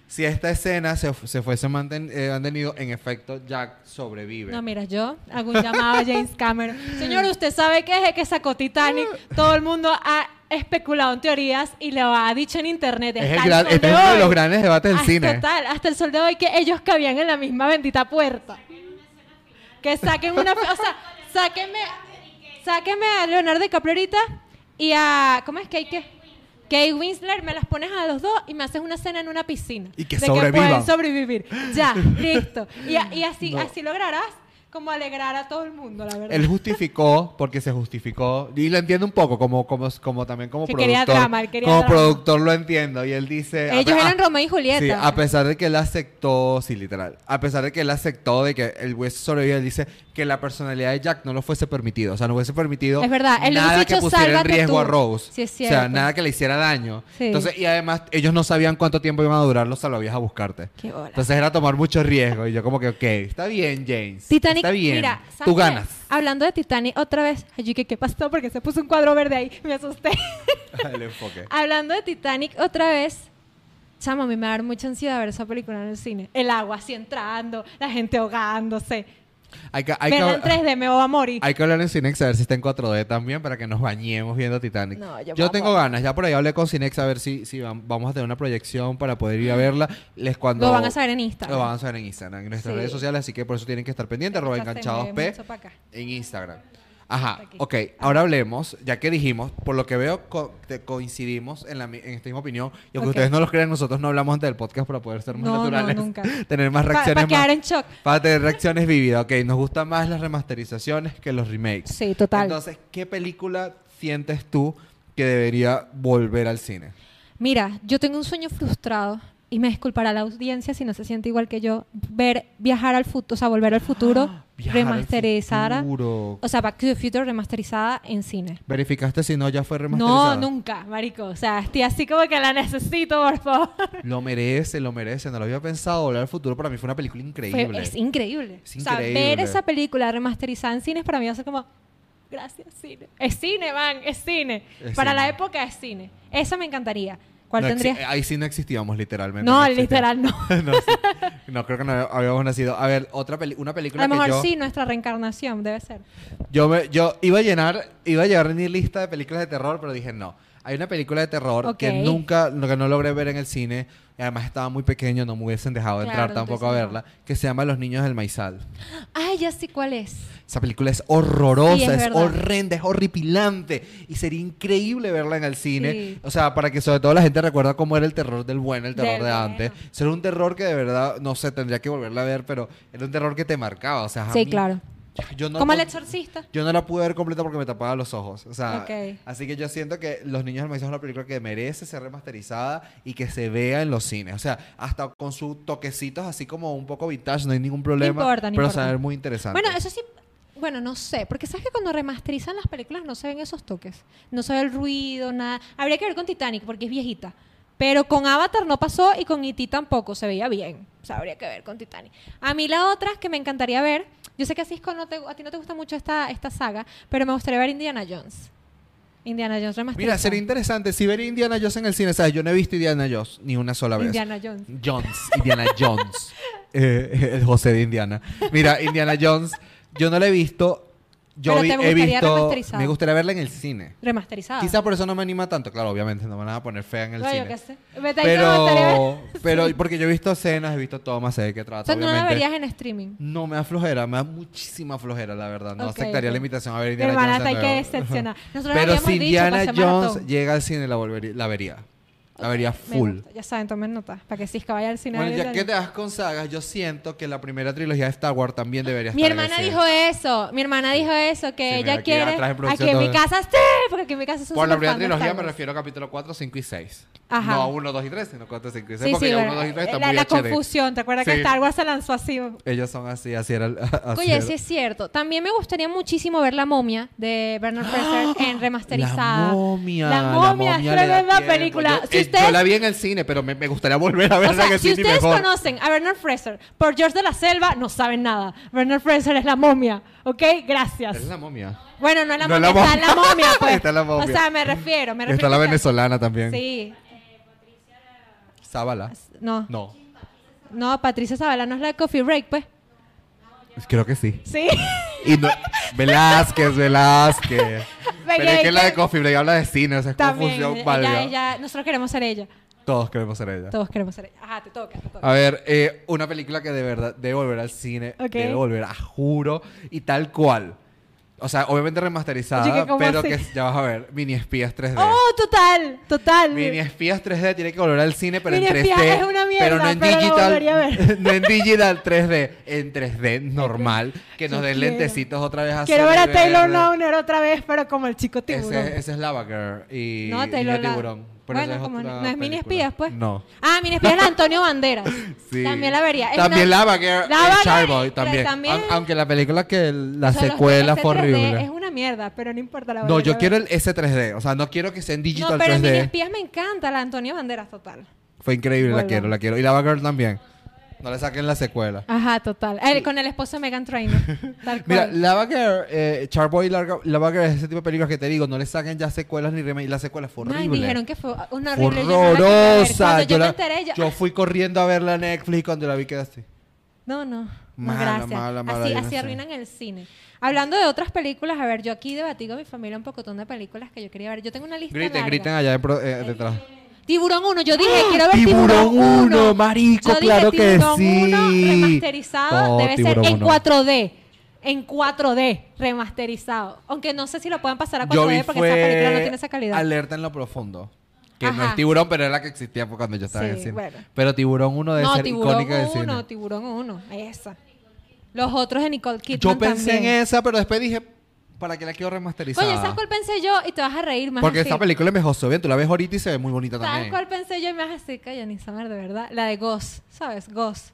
Speaker 5: Si esta escena se, fu- se fuese manten- eh, mantenido, en efecto, Jack sobrevive.
Speaker 4: No, mira, yo hago un llamado a James Cameron. Señor, usted sabe que desde que sacó Titanic, todo el mundo ha especulado en teorías y lo ha dicho en internet.
Speaker 5: es,
Speaker 4: hasta
Speaker 5: el
Speaker 4: el
Speaker 5: gran-
Speaker 4: sol
Speaker 5: este
Speaker 4: de
Speaker 5: es uno de
Speaker 4: hoy.
Speaker 5: los grandes debates del
Speaker 4: Hasta-
Speaker 5: cine.
Speaker 4: Ah, Total, hasta el sol de hoy que ellos cabían en la misma bendita puerta. Que saquen una. O sea, sáquenme, sáquenme a Leonardo DiCaprio ahorita y a. ¿Cómo es que hay que.? Kate Winsler, me las pones a los dos y me haces una cena en una piscina.
Speaker 5: Y que
Speaker 4: De
Speaker 5: sobrevivan.
Speaker 4: pueden sobrevivir. Ya, listo. Y, a- y así,
Speaker 5: No.
Speaker 4: así lograrás como alegrar a todo el mundo, la verdad.
Speaker 5: Él justificó, porque se justificó, y lo entiendo un poco, como, como, como también como
Speaker 4: Que
Speaker 5: productor.
Speaker 4: quería drama, él quería
Speaker 5: como
Speaker 4: drama.
Speaker 5: productor lo entiendo. Y él dice. a
Speaker 4: Ellos
Speaker 5: pe- a-
Speaker 4: eran Romeo y Julieta.
Speaker 5: Sí, a pesar de que él aceptó, sí, literal. A pesar de que él aceptó de que el hueso sobrevivió, él dice que la personalidad de Jack no lo fuese permitido. O sea, no hubiese permitido
Speaker 4: Es verdad, él le
Speaker 5: nada
Speaker 4: hubiese
Speaker 5: que
Speaker 4: hecho,
Speaker 5: pusiera en
Speaker 4: "Sálvate
Speaker 5: riesgo
Speaker 4: tú".
Speaker 5: a Rose.
Speaker 4: Sí, es
Speaker 5: O sea,
Speaker 4: cierto.
Speaker 5: nada que le hiciera daño.
Speaker 4: Sí.
Speaker 5: Entonces, y además, ellos no sabían cuánto tiempo iban a durar los salvavidas a buscarte.
Speaker 4: Qué bola.
Speaker 5: Entonces era tomar mucho riesgo. Y yo como que, ok, está bien, James.
Speaker 4: Titanic,
Speaker 5: está bien.
Speaker 4: mira, ¿sabes
Speaker 5: Tú
Speaker 4: qué?
Speaker 5: ganas.
Speaker 4: Hablando de Titanic, otra vez, allí que qué pasó porque se puso un cuadro verde ahí, me asusté.
Speaker 5: El enfoque.
Speaker 4: Hablando de Titanic, otra vez, chamo, a mí me da mucha ansiedad ver esa película en el cine. El agua así entrando, la gente ahogándose.
Speaker 5: Hay que, hay que-
Speaker 4: Verla en 3D, me voy a morir.
Speaker 5: Hay que hablar en Cinex a ver si está en 4D también para que nos bañemos viendo Titanic.
Speaker 4: No, yo
Speaker 5: yo
Speaker 4: vamos.
Speaker 5: tengo ganas, ya por ahí hablé con Cinex a ver si, si vam- vamos a tener una proyección para poder ir a verla. Les cuando
Speaker 4: Mm. Lo van a saber en Instagram.
Speaker 5: Lo van a saber en Instagram, en nuestras
Speaker 4: Sí.
Speaker 5: redes sociales, así que por eso tienen que estar pendientes, arroba
Speaker 4: Escuchaste,
Speaker 5: enganchados
Speaker 4: me
Speaker 5: P
Speaker 4: mucho pa' acá.
Speaker 5: en Instagram. Ajá,
Speaker 4: aquí.
Speaker 5: ok, ahora hablemos, ya que dijimos, por lo que veo co- te- coincidimos en, la, mi- en esta misma opinión, y aunque
Speaker 4: Ok.
Speaker 5: ustedes no los crean, nosotros no hablamos antes del podcast para poder ser más
Speaker 4: No, no,
Speaker 5: naturales,
Speaker 4: nunca.
Speaker 5: tener más
Speaker 4: Pa-
Speaker 5: reacciones
Speaker 4: pa' quedar
Speaker 5: más-
Speaker 4: en shock.
Speaker 5: para tener reacciones vívidas, ok. Nos gustan más las remasterizaciones que los remakes.
Speaker 4: Sí, total.
Speaker 5: Entonces, ¿qué película sientes tú que debería volver al cine?
Speaker 4: Mira, yo tengo un sueño frustrado y me disculpará la audiencia si no se siente igual que yo. Ver viajar al futuro, o sea, volver al futuro,
Speaker 5: Viajar al
Speaker 4: remasterizada.
Speaker 5: futuro.
Speaker 4: O sea, Back to the Future remasterizada en cine.
Speaker 5: ¿Verificaste si no ya fue remasterizada?
Speaker 4: No, nunca, marico. O sea, estoy así como que la necesito, por favor.
Speaker 5: Lo merece, lo merece. No lo había pensado. Volver al futuro para mí fue una película
Speaker 4: Fue-
Speaker 5: increíble.
Speaker 4: es increíble.
Speaker 5: Es
Speaker 4: O sea, ver
Speaker 5: increíble.
Speaker 4: esa película remasterizada en cines para mí va a ser como, gracias, cine. Es cine, man, es cine.
Speaker 5: Es
Speaker 4: para
Speaker 5: cine.
Speaker 4: la época es cine. Esa me encantaría. ¿Cuál
Speaker 5: No exi-
Speaker 4: tendrías?
Speaker 5: Ahí sí no existíamos, literalmente.
Speaker 4: No,
Speaker 5: existíamos.
Speaker 4: literal, no.
Speaker 5: no, sí. No, creo que no habíamos nacido. A ver, otra peli- una película
Speaker 4: A lo
Speaker 5: que
Speaker 4: mejor
Speaker 5: yo...
Speaker 4: sí, nuestra reencarnación debe ser.
Speaker 5: Yo, me- yo iba a llenar, iba a llevar mi lista de películas de terror, pero dije no. Hay una película de terror
Speaker 4: Ok.
Speaker 5: que nunca, lo que no logré ver en el cine, y además estaba muy pequeño, no me hubiesen dejado
Speaker 4: Claro,
Speaker 5: entrar tampoco a
Speaker 4: entonces no.
Speaker 5: verla, que se llama Los Niños del Maizal.
Speaker 4: Ay, Ah, ya sé cuál es.
Speaker 5: Esa película es horrorosa,
Speaker 4: Sí, es
Speaker 5: es,
Speaker 4: verdad.
Speaker 5: horrenda, es horripilante, y sería increíble verla en el cine.
Speaker 4: Sí.
Speaker 5: O sea, para que sobre todo la gente recuerda cómo era el terror del bueno, el terror
Speaker 4: Del
Speaker 5: de antes.
Speaker 4: bueno.
Speaker 5: Será un terror que de verdad, no sé, tendría que volverla a ver, pero era un terror que te marcaba. O sea, a
Speaker 4: Sí,
Speaker 5: mí-
Speaker 4: claro.
Speaker 5: Yo no
Speaker 4: como el
Speaker 5: con-
Speaker 4: exorcista.
Speaker 5: yo no la pude ver completa porque me tapaba los ojos. O sea,
Speaker 4: Ok.
Speaker 5: así que yo siento que Los Niños del Maíz es una película que merece ser remasterizada y que se vea en los cines. O sea, hasta con sus toquecitos así como un poco vintage, no hay ningún problema.
Speaker 4: importa, no
Speaker 5: pero
Speaker 4: importa.
Speaker 5: se va a ver muy interesante.
Speaker 4: Bueno, eso sí. Bueno, no sé, porque sabes que cuando remasterizan las películas no se ven esos toques, no se ve el ruido, nada. Habría que ver con Titanic porque es viejita, pero con Avatar no pasó y con E.T. tampoco se veía bien. O sea, habría que ver con Titanic. A mí la otra que me encantaría ver, yo sé que a Cisco no te, a ti no te gusta mucho esta, esta saga, pero me gustaría ver Indiana Jones. Indiana Jones remasterizada.
Speaker 5: Mira, sería interesante si ver Indiana Jones en el cine. ¿Sabes? Yo no he visto Indiana Jones ni una sola vez.
Speaker 4: Indiana Jones.
Speaker 5: Jones. Indiana Jones. Eh, el José de Indiana. Mira, Indiana Jones, yo no la he visto. Yo
Speaker 4: Pero
Speaker 5: vi-
Speaker 4: te
Speaker 5: he
Speaker 4: gustaría
Speaker 5: visto.
Speaker 4: remasterizada.
Speaker 5: Me gustaría verla en el cine.
Speaker 4: Remasterizada.
Speaker 5: Quizá por eso no me anima tanto. Claro, obviamente no me van a poner fea en el
Speaker 4: Bueno, yo
Speaker 5: cine.
Speaker 4: qué sé. Vete ahí Ah. que me gustaría ver.
Speaker 5: Pero, pero porque yo he visto escenas, he visto tomas, sé de qué trata.
Speaker 4: O sea, no la
Speaker 5: obviamente.
Speaker 4: verías en streaming.
Speaker 5: No me da flojera, me da muchísima flojera, la verdad. No
Speaker 4: Ok,
Speaker 5: aceptaría
Speaker 4: ok.
Speaker 5: la invitación a ver
Speaker 4: Mi
Speaker 5: Indiana
Speaker 4: hermana,
Speaker 5: Jones.
Speaker 4: te hay
Speaker 5: de
Speaker 4: que
Speaker 5: nuevo.
Speaker 4: decepcionar. Nosotros
Speaker 5: Pero
Speaker 4: habíamos
Speaker 5: si
Speaker 4: dicho
Speaker 5: Indiana
Speaker 4: para hacer
Speaker 5: Jones
Speaker 4: maratón.
Speaker 5: llega al cine, la, volvería, la vería. La vería
Speaker 4: Me
Speaker 5: full.
Speaker 4: gusta. Ya saben, tomen nota. Para que Cisca vaya al cine. a
Speaker 5: Bueno,
Speaker 4: ver
Speaker 5: ya que
Speaker 4: Indiana
Speaker 5: te das con sagas, yo siento que la primera trilogía de Star Wars también debería
Speaker 4: Jones. Mi
Speaker 5: estar en el
Speaker 4: hermana
Speaker 5: cine.
Speaker 4: dijo eso. Mi hermana dijo eso. Que
Speaker 5: Sí, mira,
Speaker 4: ella
Speaker 5: aquí
Speaker 4: quiere.
Speaker 5: atrás en
Speaker 4: Aquí
Speaker 5: producción
Speaker 4: en mi
Speaker 5: todo-
Speaker 4: casa sí. Porque aquí en mi casa son
Speaker 5: Por la
Speaker 4: superfan
Speaker 5: primera
Speaker 4: de
Speaker 5: trilogía
Speaker 4: Star
Speaker 5: me
Speaker 4: Wars.
Speaker 5: refiero a capítulo 4, 5 y 6.
Speaker 4: Ajá.
Speaker 5: No a 1, 2 y 3, sino 4, 5 y 6.
Speaker 4: Sí,
Speaker 5: porque
Speaker 4: sí,
Speaker 5: ya
Speaker 4: bueno,
Speaker 5: 1, 2 y 3 están
Speaker 4: la,
Speaker 5: muy
Speaker 4: la
Speaker 5: HD.
Speaker 4: confusión. ¿Te acuerdas que
Speaker 5: Sí.
Speaker 4: Star Wars se lanzó así?
Speaker 5: Ellos son así, así era. el- Así
Speaker 4: Oye,
Speaker 5: era.
Speaker 4: sí es cierto. También me gustaría muchísimo ver La Momia de Bernard Fraser en remasterizada.
Speaker 5: La momia.
Speaker 4: La momia,
Speaker 5: momia le da
Speaker 4: tremenda
Speaker 5: tiempo.
Speaker 4: película.
Speaker 5: Yo,
Speaker 4: Si
Speaker 5: eh,
Speaker 4: ustedes-
Speaker 5: yo la vi en el cine, pero me, me gustaría volver a verla
Speaker 4: O sea,
Speaker 5: en el
Speaker 4: si
Speaker 5: cine y
Speaker 4: ustedes
Speaker 5: mejor.
Speaker 4: conocen a Bernard Fraser por George de la Selva, no saben nada. Bernard Fraser es la momia, ¿ok? Gracias.
Speaker 5: Es la momia.
Speaker 4: Bueno, no es la
Speaker 5: No es
Speaker 4: momia,
Speaker 5: la
Speaker 4: está la
Speaker 5: momia.
Speaker 4: momia, pues.
Speaker 5: Está la momia.
Speaker 4: O sea, me refiero, me refiero.
Speaker 5: Está la
Speaker 4: que-
Speaker 5: venezolana también.
Speaker 4: Sí.
Speaker 5: Zavala.
Speaker 4: No. no.
Speaker 5: No.
Speaker 4: Patricia Zavala no es la de Coffee Break, pues.
Speaker 5: Creo que sí.
Speaker 4: Sí.
Speaker 5: Y no- Velázquez, Velázquez. Pero es que la de Coffee Break habla de cine, o sea, es
Speaker 4: También.
Speaker 5: confusión
Speaker 4: Ella,
Speaker 5: válida.
Speaker 4: ella, nosotros queremos ser ella.
Speaker 5: Todos queremos ser ella.
Speaker 4: Todos queremos ser ella. Ajá, te toca, te toca.
Speaker 5: A ver, eh, una película que de verdad debe volver al cine,
Speaker 4: Ok.
Speaker 5: debe volver a juro y tal cual. O sea, obviamente
Speaker 4: Oye,
Speaker 5: remasterizada,
Speaker 4: que ¿cómo
Speaker 5: pero
Speaker 4: así?
Speaker 5: que ya vas a ver, Mini Espías 3D.
Speaker 4: Oh, total, total.
Speaker 5: Mini Espías 3D tiene que volver al cine, pero
Speaker 4: Mini
Speaker 5: en 3D.
Speaker 4: Espías es una mierda,
Speaker 5: pero no en
Speaker 4: pero la
Speaker 5: digital.
Speaker 4: volvería a ver.
Speaker 5: no en digital 3D, en 3D normal, que nos
Speaker 4: Yo
Speaker 5: den
Speaker 4: quiero.
Speaker 5: lentecitos otra vez así.
Speaker 4: Quiero ver a Taylor
Speaker 5: verde.
Speaker 4: Lautner otra vez, pero como el chico tiburón.
Speaker 5: Ese, ese es Lava Girl y
Speaker 4: No,
Speaker 5: y
Speaker 4: Taylor
Speaker 5: el
Speaker 4: Lautner.
Speaker 5: Tiburón. Pero esa
Speaker 4: bueno,
Speaker 5: es
Speaker 4: como
Speaker 5: otra
Speaker 4: no, no es Mini
Speaker 5: película.
Speaker 4: Espías, pues.
Speaker 5: No.
Speaker 4: Ah, Mini Espías es la de Antonio Banderas.
Speaker 5: Sí.
Speaker 4: También la vería. Es
Speaker 5: También
Speaker 4: una-
Speaker 5: la Bagger
Speaker 4: La
Speaker 5: y
Speaker 4: Bagger
Speaker 5: Shyboy
Speaker 4: y-
Speaker 5: también.
Speaker 4: también-
Speaker 5: Aun- Aunque la película que el- la
Speaker 4: o sea, los
Speaker 5: secuela
Speaker 4: efectos
Speaker 5: fue
Speaker 4: 3D
Speaker 5: horrible.
Speaker 4: Es una mierda, pero no importa la
Speaker 5: No,
Speaker 4: voy a
Speaker 5: yo
Speaker 4: ver.
Speaker 5: quiero el S3D. O sea, no quiero que sea en
Speaker 4: No,
Speaker 5: digital
Speaker 4: pero en Mini
Speaker 5: 3D.
Speaker 4: Espías me encanta la Antonio Banderas, total.
Speaker 5: Fue increíble, la
Speaker 4: Vuelvo.
Speaker 5: quiero, la quiero. Y la Bagger también. No le saquen la secuela.
Speaker 4: Ajá, total. El- con el esposo de Megan Trainor. Tal cual.
Speaker 5: Mira, Lava Girl, eh, Charboy y Larga- Lava Girl es ese tipo de películas que te digo, no le sacan ya secuelas ni remakes. Y la secuela fue
Speaker 4: Ay,
Speaker 5: horrible.
Speaker 4: dijeron que fue una horrible. yo no la quería ver.
Speaker 5: Horrorosa.
Speaker 4: Cuando yo, me
Speaker 5: la-
Speaker 4: enteré, yo,
Speaker 5: yo fui corriendo a verla en Netflix cuando la vi quedé así.
Speaker 4: No, no. no,
Speaker 5: Mala,
Speaker 4: gracias.
Speaker 5: mala, mala,
Speaker 4: así
Speaker 5: yo no
Speaker 4: así
Speaker 5: sé.
Speaker 4: arruinan el cine. Hablando de otras películas, a ver, yo aquí debatí con mi familia un pocotón de películas que yo quería ver. Yo tengo una lista
Speaker 5: Griten,
Speaker 4: larga.
Speaker 5: griten allá de pro- eh, detrás.
Speaker 4: Tiburón 1, yo dije, quiero ver
Speaker 5: Tiburón
Speaker 4: Tiburón 1.
Speaker 5: 1, marico,
Speaker 4: Yo dije,
Speaker 5: claro que
Speaker 4: Tiburón
Speaker 5: sí.
Speaker 4: 1 remasterizado
Speaker 5: No,
Speaker 4: debe
Speaker 5: Tiburón
Speaker 4: ser en
Speaker 5: 1.
Speaker 4: 4D. En 4D remasterizado. Aunque no sé si lo pueden pasar a 4D
Speaker 5: Yo vi
Speaker 4: porque esa película no
Speaker 5: fue
Speaker 4: tiene esa calidad.
Speaker 5: Alerta en lo profundo. Que no
Speaker 4: Ajá.
Speaker 5: es Tiburón, pero era la que existía por cuando yo estaba en el
Speaker 4: Sí,
Speaker 5: cine.
Speaker 4: bueno.
Speaker 5: Pero Tiburón 1 debe
Speaker 4: No,
Speaker 5: ser
Speaker 4: Tiburón
Speaker 5: icónica del
Speaker 4: 1,
Speaker 5: cine.
Speaker 4: Tiburón 1, esa. Los otros de Nicole Kidman
Speaker 5: Yo pensé
Speaker 4: también.
Speaker 5: en esa, pero después dije, ¿para qué la quiero remasterizada?
Speaker 4: Oye, ¿sabes cuál pensé yo? Y te vas a reír más
Speaker 5: Porque
Speaker 4: así.
Speaker 5: esa película me josó bien. Tú la ves ahorita y se ve muy bonita
Speaker 4: ¿Sabes
Speaker 5: también.
Speaker 4: cuál pensé yo? Y me vas así, calla, ni saber, de verdad. La de Ghost, ¿sabes? Ghost.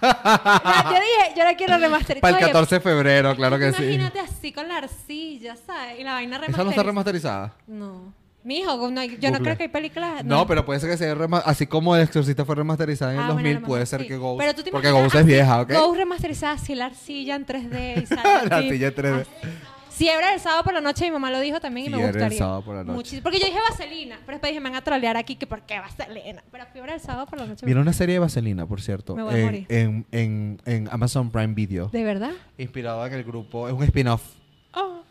Speaker 4: La- yo dije, yo la quiero remasterizar.
Speaker 5: Para el
Speaker 4: Oye,
Speaker 5: 14 de febrero, claro que sí.
Speaker 4: Imagínate así con la arcilla, ¿sabes? Y la vaina
Speaker 5: ¿Esa no
Speaker 4: remasterizada. Ah,
Speaker 5: está remasterizada?
Speaker 4: No. Mijo, no, yo no
Speaker 5: Google.
Speaker 4: creo que hay películas...
Speaker 5: No, pero puede ser que sea rema- así como El Exorcista fue remasterizada en el
Speaker 4: Ah,
Speaker 5: 2000,
Speaker 4: bueno, a lo mejor
Speaker 5: puede ser
Speaker 4: sí.
Speaker 5: que Ghost.
Speaker 4: Pero tú te
Speaker 5: porque
Speaker 4: imaginas
Speaker 5: Ghost es
Speaker 4: así,
Speaker 5: vieja, ¿ok?
Speaker 4: Ghost remasterizada, así la arcilla en 3D. Y sale
Speaker 5: La
Speaker 4: así,
Speaker 5: arcilla en 3D.
Speaker 4: así. Fiebre del sábado por la noche, mi mamá lo dijo también y me
Speaker 5: Fiebre del
Speaker 4: gustaría.
Speaker 5: sábado por la noche.
Speaker 4: Muchis- porque yo dije vaselina, pero después dije, me van a trolear aquí que por qué vaselina. Pero fiebre del sábado por la noche. me-
Speaker 5: Vieron una serie de Vaselina, por cierto,
Speaker 4: Me voy a
Speaker 5: en,
Speaker 4: morir.
Speaker 5: en, en, en Amazon Prime Video.
Speaker 4: ¿De verdad?
Speaker 5: Inspirada en el grupo, es un spin-off.
Speaker 4: Oh.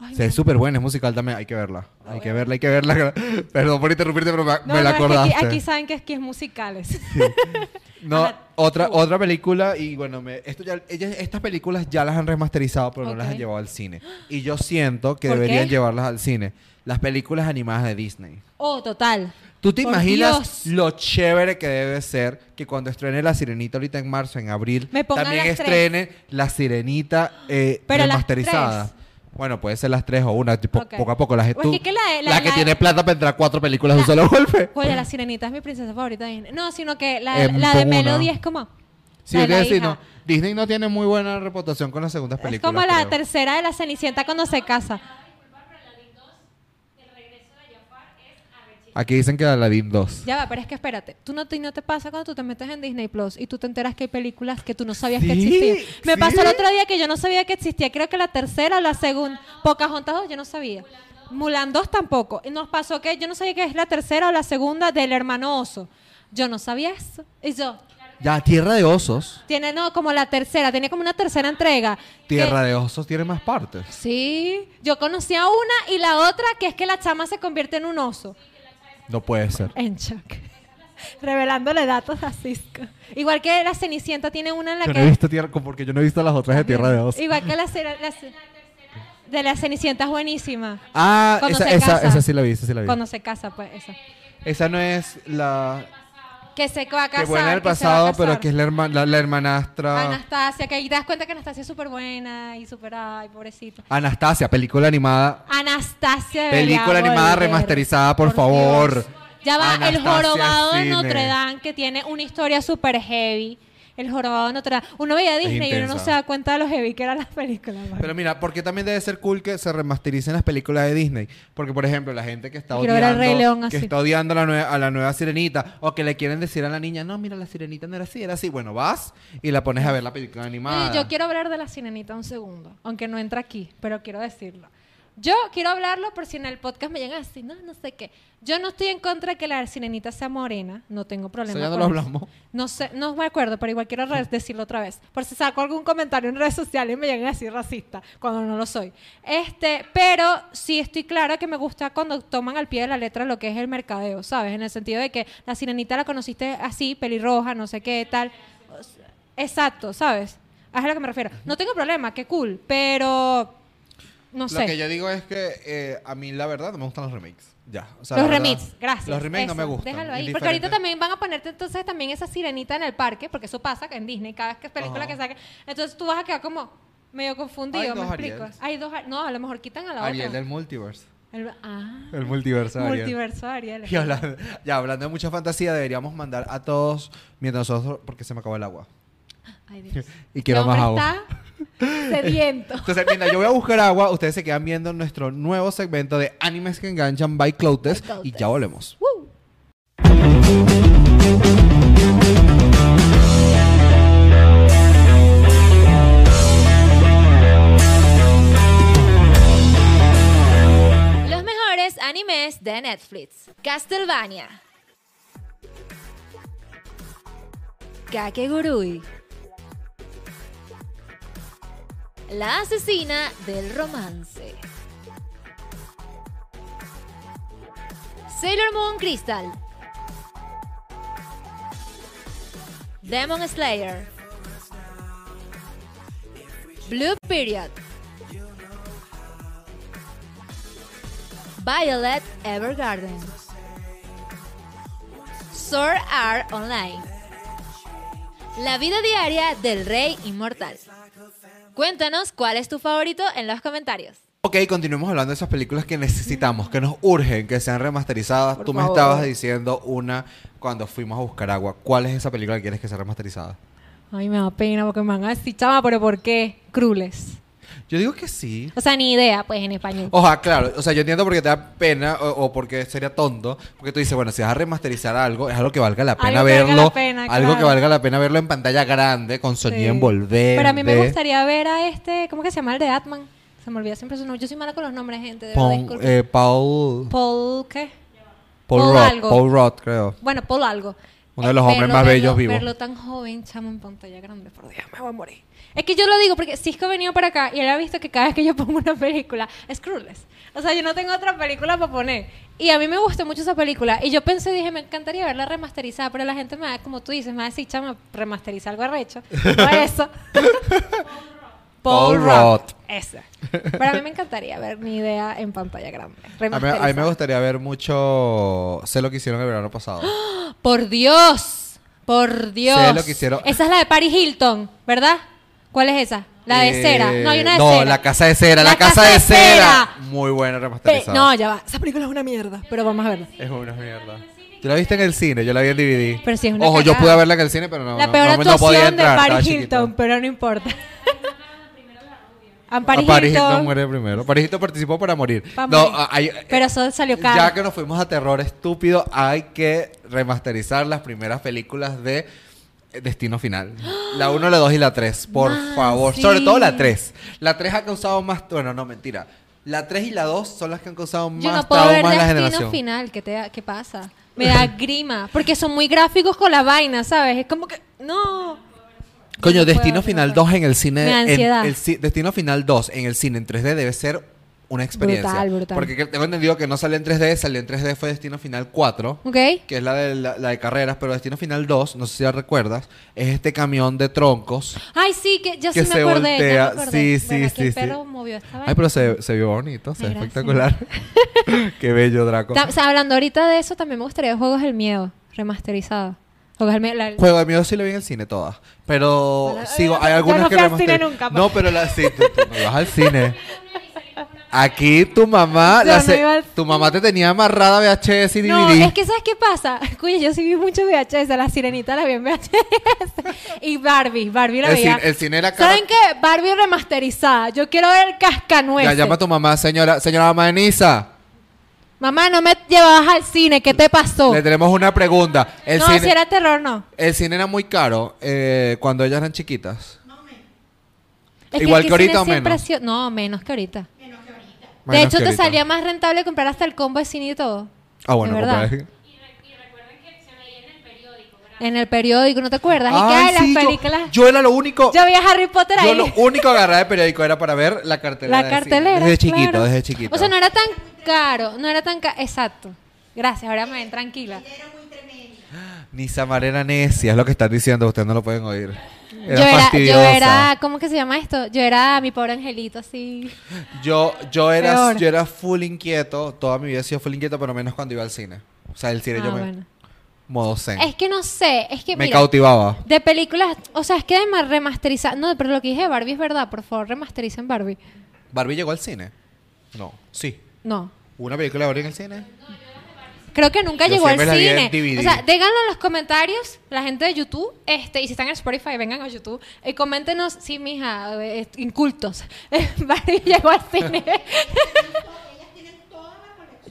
Speaker 4: Ay,
Speaker 5: Se
Speaker 4: mi
Speaker 5: es súper buena, es musical también, hay que verla. Hay que verla, hay que verla. Perdón por interrumpirte, pero me,
Speaker 4: No,
Speaker 5: me la
Speaker 4: no, es que
Speaker 5: acordaste.
Speaker 4: aquí, aquí saben que aquí es musicales.
Speaker 5: No,
Speaker 4: Ajá,
Speaker 5: otra,
Speaker 4: tú.
Speaker 5: otra película y bueno, me- esto ya, ellas, estas películas ya las han remasterizado pero no las
Speaker 4: Ok.
Speaker 5: han llevado al cine. Y yo siento que
Speaker 4: ¿Por qué?
Speaker 5: deberían llevarlas al cine. Las películas animadas de Disney.
Speaker 4: oh, total.
Speaker 5: ¿Tú te
Speaker 4: Por
Speaker 5: imaginas
Speaker 4: Dios.
Speaker 5: lo chévere que debe ser que cuando estrene La Sirenita ahorita en marzo, en abril,
Speaker 4: Me pongan
Speaker 5: también
Speaker 4: las tres.
Speaker 5: estrene La Sirenita eh,
Speaker 4: Pero las
Speaker 5: remasterizada?
Speaker 4: tres.
Speaker 5: Bueno, puede ser las tres o una, tipo,
Speaker 4: Ok.
Speaker 5: poco a poco. Las,
Speaker 4: Pues
Speaker 5: tú-
Speaker 4: que- que la- la-
Speaker 5: que
Speaker 4: la-
Speaker 5: tiene plata para entrar cuatro películas de un solo golpe.
Speaker 4: Oye, la sirenita es mi princesa favorita. de Disney. No, sino que la,
Speaker 5: Em,
Speaker 4: la de
Speaker 5: pon una.
Speaker 4: Melody es como.
Speaker 5: Sí,
Speaker 4: la de la
Speaker 5: quiero decir,
Speaker 4: hija.
Speaker 5: no, Disney no tiene muy buena reputación con las segundas
Speaker 4: Es
Speaker 5: películas.
Speaker 4: como la
Speaker 5: creo.
Speaker 4: tercera de la Cenicienta cuando se casa.
Speaker 5: Aquí dicen que Aladdin 2.
Speaker 4: Ya va, pero es que espérate. Tú no te, no te pasa cuando tú te metes en Disney Plus y tú te enteras que hay películas que tú no sabías que
Speaker 5: Sí,
Speaker 4: existían. Me
Speaker 5: sí.
Speaker 4: pasó el otro día que yo no sabía que existía. Creo que la tercera o la segunda. Pocahontas 2 yo no sabía. Mulan 2 tampoco. Y nos pasó que yo no sabía que es la tercera o la segunda del hermano oso. Yo no sabía eso. Y yo,
Speaker 5: Ya, Tierra de Osos.
Speaker 4: tiene no, como la tercera, tiene como una tercera entrega.
Speaker 5: Tierra
Speaker 4: Que-
Speaker 5: de Osos tiene más partes.
Speaker 4: Sí, yo conocía una y la otra que es que la chama se convierte en un oso.
Speaker 5: No puede ser.
Speaker 4: En shock. Revelándole datos a Cisco. Igual que la Cenicienta tiene una en la
Speaker 5: Yo no
Speaker 4: que.
Speaker 5: he visto Tierra, porque yo no he visto las otras de Tierra de Osos.
Speaker 4: Igual que la, ce- la ce- de la Cenicienta es buenísima.
Speaker 5: Ah,
Speaker 4: Cuando
Speaker 5: esa,
Speaker 4: se
Speaker 5: esa,
Speaker 4: casa.
Speaker 5: esa sí la vi, esa sí la vi.
Speaker 4: Cuando se casa, pues esa.
Speaker 5: Esa no es la
Speaker 4: Que se va a casar.
Speaker 5: que buena del
Speaker 4: que se va a
Speaker 5: pasado, pero
Speaker 4: casar.
Speaker 5: que es la, herma- la- la hermanastra.
Speaker 4: Anastasia, que ahí te das cuenta que Anastasia es súper buena y súper. Ay, pobrecito.
Speaker 5: Anastasia, película animada.
Speaker 4: Anastasia de
Speaker 5: Película animada remasterizada, por favor.
Speaker 4: Ya va, El
Speaker 5: Anastasia
Speaker 4: Jorobado de
Speaker 5: Cine.
Speaker 4: Notre Dame, que tiene una historia súper heavy. El Jorobado de Notre Dame. Uno veía Disney y uno no
Speaker 5: intensa.
Speaker 4: se da cuenta de lo heavy que eran las películas. man.
Speaker 5: Pero mira, porque también debe ser cool que se remastericen las películas de Disney. Porque, por ejemplo, la gente que está
Speaker 4: Quiero ver
Speaker 5: odiando,
Speaker 4: al Rey León así.
Speaker 5: que está odiando a la, nueva, a la nueva sirenita, o que le quieren decir a la niña, no, mira, la sirenita no era así, era así. Bueno, vas y la pones a ver la película animada.
Speaker 4: Oye, yo quiero hablar de la sirenita un segundo, aunque no entra aquí, pero quiero decirlo. Yo quiero hablarlo por si en el podcast me llegan así, no, no sé qué. Yo no estoy en contra de que la sirenita sea morena, no tengo problema.
Speaker 5: Eso ya no
Speaker 4: con
Speaker 5: lo
Speaker 4: eso.
Speaker 5: hablamos.
Speaker 4: No sé, no me acuerdo, pero igual quiero re- decirlo otra vez. Por si saco algún comentario en redes sociales y me llegan a decir racista, cuando no lo soy. Este, pero sí estoy clara que me gusta cuando toman al pie de la letra lo que es el mercadeo, ¿sabes? En el sentido de que la sirenita la conociste así, pelirroja, no sé qué, tal. O sea, Exacto, ¿sabes? Es a lo que me refiero. No tengo problema, qué cool, pero no
Speaker 5: Lo que
Speaker 4: sé.
Speaker 5: yo digo es que eh, a mí, la verdad, no me gustan los remakes. Ya. o sea,
Speaker 4: Los
Speaker 5: la verdad,
Speaker 4: remix, gracias.
Speaker 5: Los remakes no
Speaker 4: eso,
Speaker 5: me gustan.
Speaker 4: Déjalo ahí.
Speaker 5: indiferente.
Speaker 4: Porque ahorita también van a ponerte entonces también esa sirenita en el parque, porque eso pasa en Disney, cada vez que es película
Speaker 5: Ajá.
Speaker 4: que saquen. Entonces tú vas a quedar como medio confundido,
Speaker 5: Hay
Speaker 4: ¿me
Speaker 5: dos
Speaker 4: explico?
Speaker 5: Ariels.
Speaker 4: Hay dos, Ar- no, a lo mejor quitan a la
Speaker 5: Ariel
Speaker 4: otra.
Speaker 5: del Multiverse.
Speaker 4: El, ah,
Speaker 5: El multiverso. de Ariel.
Speaker 4: multiverso de Ariel.
Speaker 5: Y hablando- ya hablando de mucha fantasía, deberíamos mandar a todos mientras nosotros, porque se me acabó el agua.
Speaker 4: Ay, Dios.
Speaker 5: Y quiero
Speaker 4: Este
Speaker 5: más
Speaker 4: hombre
Speaker 5: agua.
Speaker 4: Está sediento.
Speaker 5: Entonces, mientras yo voy a buscar agua, ustedes se quedan viendo nuestro nuevo segmento de animes que enganchan by Clotes
Speaker 2: By Clotes.
Speaker 5: y ya volvemos.
Speaker 4: Woo.
Speaker 6: Los mejores animes de Netflix. Castlevania. Kakegurui. La asesina del romance. Sailor Moon Crystal. Demon Slayer. Blue Period. Violet Evergarden. Sword Art Online. La vida diaria del rey inmortal. Cuéntanos cuál es tu favorito en los comentarios.
Speaker 5: Ok, continuemos hablando de esas películas que necesitamos, que nos urgen, que sean remasterizadas.
Speaker 4: Por
Speaker 5: Tú me
Speaker 4: favor.
Speaker 5: estabas diciendo una cuando fuimos a buscar agua. ¿Cuál es esa película que quieres que sea remasterizada?
Speaker 4: Ay, me da pena porque me van a decir, chama, pero ¿por qué? Crules.
Speaker 5: Yo digo que sí.
Speaker 4: O sea, ni idea, pues, en español.
Speaker 5: Oja, claro. O sea, yo entiendo porque te da pena o, o porque sería tonto. Porque tú dices, bueno, si vas a remasterizar algo, es algo que valga la
Speaker 4: Algo
Speaker 5: pena
Speaker 4: que valga
Speaker 5: verlo.
Speaker 4: la pena,
Speaker 5: algo que
Speaker 4: claro.
Speaker 5: valga la pena verlo en pantalla grande, con sonido
Speaker 4: Sí.
Speaker 5: envolvente.
Speaker 4: Pero a mí me gustaría ver a este, ¿cómo que se llama el de Atman? Se me olvida siempre su nombre. Yo soy mala con los nombres, gente. De verdad,
Speaker 5: Pon-
Speaker 4: disculpen.
Speaker 5: eh, Paul,
Speaker 4: Paul, ¿qué?
Speaker 5: Paul,
Speaker 4: Paul
Speaker 5: Rudd,
Speaker 4: algo.
Speaker 5: Paul Rudd, creo.
Speaker 4: Bueno, Paul algo. Eh,
Speaker 5: Uno de los hombres más bellos vivos.
Speaker 4: Verlo tan joven, chamo, en pantalla grande, por Dios, me voy a morir. Es que yo lo digo porque Cisco ha venido para acá y él ha visto que cada vez que yo pongo una película, es Crueles. O sea, yo no tengo otra película para poner. Y a mí me gustó mucho esa película. Y yo pensé, dije, me encantaría verla remasterizada, pero la gente me va, como tú dices, me va a decir, chama, remasteriza algo arrecho. No eso.
Speaker 5: Paul Rudd.
Speaker 4: Esa. Pero a mí me encantaría ver mi idea en pantalla grande.
Speaker 5: A mí, a mí me
Speaker 4: remasterizada.
Speaker 5: gustaría ver mucho. Sé lo que hicieron el verano pasado.
Speaker 4: Por Dios, por Dios.
Speaker 5: Sé lo que hicieron.
Speaker 4: Esa es la de Paris Hilton, ¿verdad? ¿Cuál es esa? La de
Speaker 5: Eh,
Speaker 4: cera. No, hay una de
Speaker 5: no,
Speaker 4: cera.
Speaker 5: la casa de cera. La, casa, de cera. Muy buena
Speaker 4: Pe-
Speaker 5: remasterizada.
Speaker 4: no, ya va. Esa película es una mierda, pero vamos a verla.
Speaker 5: Es una mierda. ¿Tú la viste en el cine? Yo la vi en DVD.
Speaker 4: Pero sí es una
Speaker 5: Ojo, yo
Speaker 4: cagada.
Speaker 5: pude verla en el cine, pero no.
Speaker 4: la
Speaker 5: no-
Speaker 4: peor
Speaker 5: no- no
Speaker 4: actuación
Speaker 5: podía entrar,
Speaker 4: de
Speaker 5: estaba
Speaker 4: Paris
Speaker 5: chiquito.
Speaker 4: Hilton, pero no importa. A Paris,
Speaker 5: Ah, Paris Hilton.
Speaker 4: Hilton.
Speaker 5: muere primero. Paris Hilton participó para morir.
Speaker 4: Pa'
Speaker 5: No,
Speaker 4: morir.
Speaker 5: ah, hay-
Speaker 4: Pero eso salió caro.
Speaker 5: Ya que nos fuimos a terror estúpido, hay que remasterizar las primeras películas de eh, Destino Final. La 1, la 2 y la 3, por
Speaker 4: Man,
Speaker 5: favor.
Speaker 4: Ah, sí.
Speaker 5: Sobre todo la 3. La 3 ha causado más... Bueno, no, mentira. La 3 y la 2 son las que han causado más
Speaker 4: Yo no puedo
Speaker 5: trauma
Speaker 4: ver
Speaker 5: en la
Speaker 4: Destino
Speaker 5: generación.
Speaker 4: Final. ¿Qué, te, ¿Qué pasa? Me da grima. Porque son muy gráficos con la vaina, ¿sabes? Es como que. No.
Speaker 5: Coño,
Speaker 4: No puedo,
Speaker 5: Destino
Speaker 4: no
Speaker 5: Final
Speaker 4: puedo.
Speaker 5: 2 en el cine...
Speaker 4: Me da
Speaker 5: en
Speaker 4: ansiedad.
Speaker 5: el ci- Destino Final 2 en el cine en 3D debe ser una experiencia.
Speaker 4: Brutal, brutal.
Speaker 5: Porque que- tengo entendido que no salió en 3D, salió en 3D fue Destino Final 4.
Speaker 4: ¿Ok?
Speaker 5: que es la de, la, la de carreras, pero Destino Final 2, no sé si la recuerdas, es este camión de troncos.
Speaker 4: Ay, sí, que ya
Speaker 5: Que
Speaker 4: Ah, sí me
Speaker 5: se
Speaker 4: acordé.
Speaker 5: voltea.
Speaker 4: ya me acordé.
Speaker 5: Sí,
Speaker 4: Bueno,
Speaker 5: sí,
Speaker 4: aquí el
Speaker 5: sí,
Speaker 4: perro
Speaker 5: sí.
Speaker 4: movió esta vaina.
Speaker 5: Ay, pero se, se vio bonito, se ve
Speaker 4: Ay, gracias.
Speaker 5: espectacular. Qué bello, Draco.
Speaker 4: Ta- o sea, hablando ahorita de eso, también me gustaría ver Juegos del Miedo, remasterizado. Juegos del Miedo. la-
Speaker 5: Juego de miedo sí lo vi en el cine todas, pero
Speaker 4: Bueno,
Speaker 5: sigo,
Speaker 4: yo
Speaker 5: hay
Speaker 4: no
Speaker 5: algunas que
Speaker 4: fui al cine
Speaker 5: remasteriz-
Speaker 4: nunca, pues. pa.
Speaker 5: No, pero la sí, tú, tú no vas al cine. Aquí tu mamá,
Speaker 4: Yo
Speaker 5: la
Speaker 4: no
Speaker 5: se-
Speaker 4: iba al
Speaker 5: tu mamá te tenía amarrada VHS y DVD.
Speaker 4: No, es que ¿sabes qué pasa? Cuyo, yo sí vi mucho VHS, la sirenita la vi en VHS. Y Barbie, Barbie la
Speaker 5: El
Speaker 4: veía.
Speaker 5: cine- el cine era cara-
Speaker 4: ¿Saben qué? Barbie remasterizada. Yo quiero ver
Speaker 5: ya
Speaker 4: Cascanueces.
Speaker 5: llama a tu mamá, señora, señora mamá de Nisa.
Speaker 4: Mamá, no me llevabas al cine, ¿qué te pasó?
Speaker 5: Le tenemos una pregunta. El
Speaker 4: no,
Speaker 5: cine-
Speaker 4: si era terror, no.
Speaker 5: El cine era muy caro eh, cuando ellas eran chiquitas.
Speaker 4: Es
Speaker 5: Igual
Speaker 4: el
Speaker 5: que ahorita
Speaker 4: cine
Speaker 5: o
Speaker 4: siempre
Speaker 5: menos.
Speaker 4: ha sido- No, menos que ahorita.
Speaker 5: Menos
Speaker 4: de hecho,
Speaker 5: que
Speaker 4: te
Speaker 5: ahorita.
Speaker 4: salía más rentable comprar hasta el combo de cine y todo.
Speaker 5: Ah, bueno,
Speaker 4: De verdad.
Speaker 5: compadre.
Speaker 4: En el periódico, ¿no te acuerdas? y que
Speaker 5: Ay,
Speaker 4: ay, las
Speaker 5: sí, yo-
Speaker 4: películas.
Speaker 5: Yo, era lo único.
Speaker 4: Yo veía Harry Potter
Speaker 5: yo
Speaker 4: ahí.
Speaker 5: lo único que agarraba de periódico era para ver la cartelera.
Speaker 4: la
Speaker 5: de cine.
Speaker 4: cartelera.
Speaker 5: Desde chiquito,
Speaker 4: claro.
Speaker 5: desde chiquito.
Speaker 4: O sea, no era tan caro, no era tan caro. Exacto. Gracias, ahora me ven tranquila.
Speaker 5: Ni Samarena necia, es lo que están diciendo, ustedes no lo pueden oír. Era
Speaker 4: yo era, yo
Speaker 5: fastidiosa.
Speaker 4: era, ¿cómo que se llama esto? Yo era mi pobre angelito, así.
Speaker 5: Yo, yo era,
Speaker 4: Peor.
Speaker 5: yo era full inquieto, toda mi vida he sido full inquieto, pero menos cuando iba al cine. O sea, el cine
Speaker 4: Ah,
Speaker 5: yo me.
Speaker 4: bueno.
Speaker 5: Modo zen.
Speaker 4: Es que no sé, es que
Speaker 5: me
Speaker 4: mira,
Speaker 5: cautivaba.
Speaker 4: de películas, o sea, es que además remasterizar, no, pero lo que dije de Barbie es verdad, por favor, remastericen Barbie.
Speaker 5: ¿Barbie llegó al cine? No. Sí.
Speaker 4: No.
Speaker 5: ¿Hubo una película de Barbie en el cine?
Speaker 4: Creo que nunca
Speaker 5: Yo
Speaker 4: llegó al
Speaker 5: siempre la vi en
Speaker 4: cine.
Speaker 5: DVD.
Speaker 4: O sea, déganlo en los comentarios, la gente de YouTube, este, y si están en Spotify, vengan a YouTube y coméntenos, sí, mija, eh, incultos. eh, Barbie llegó al cine.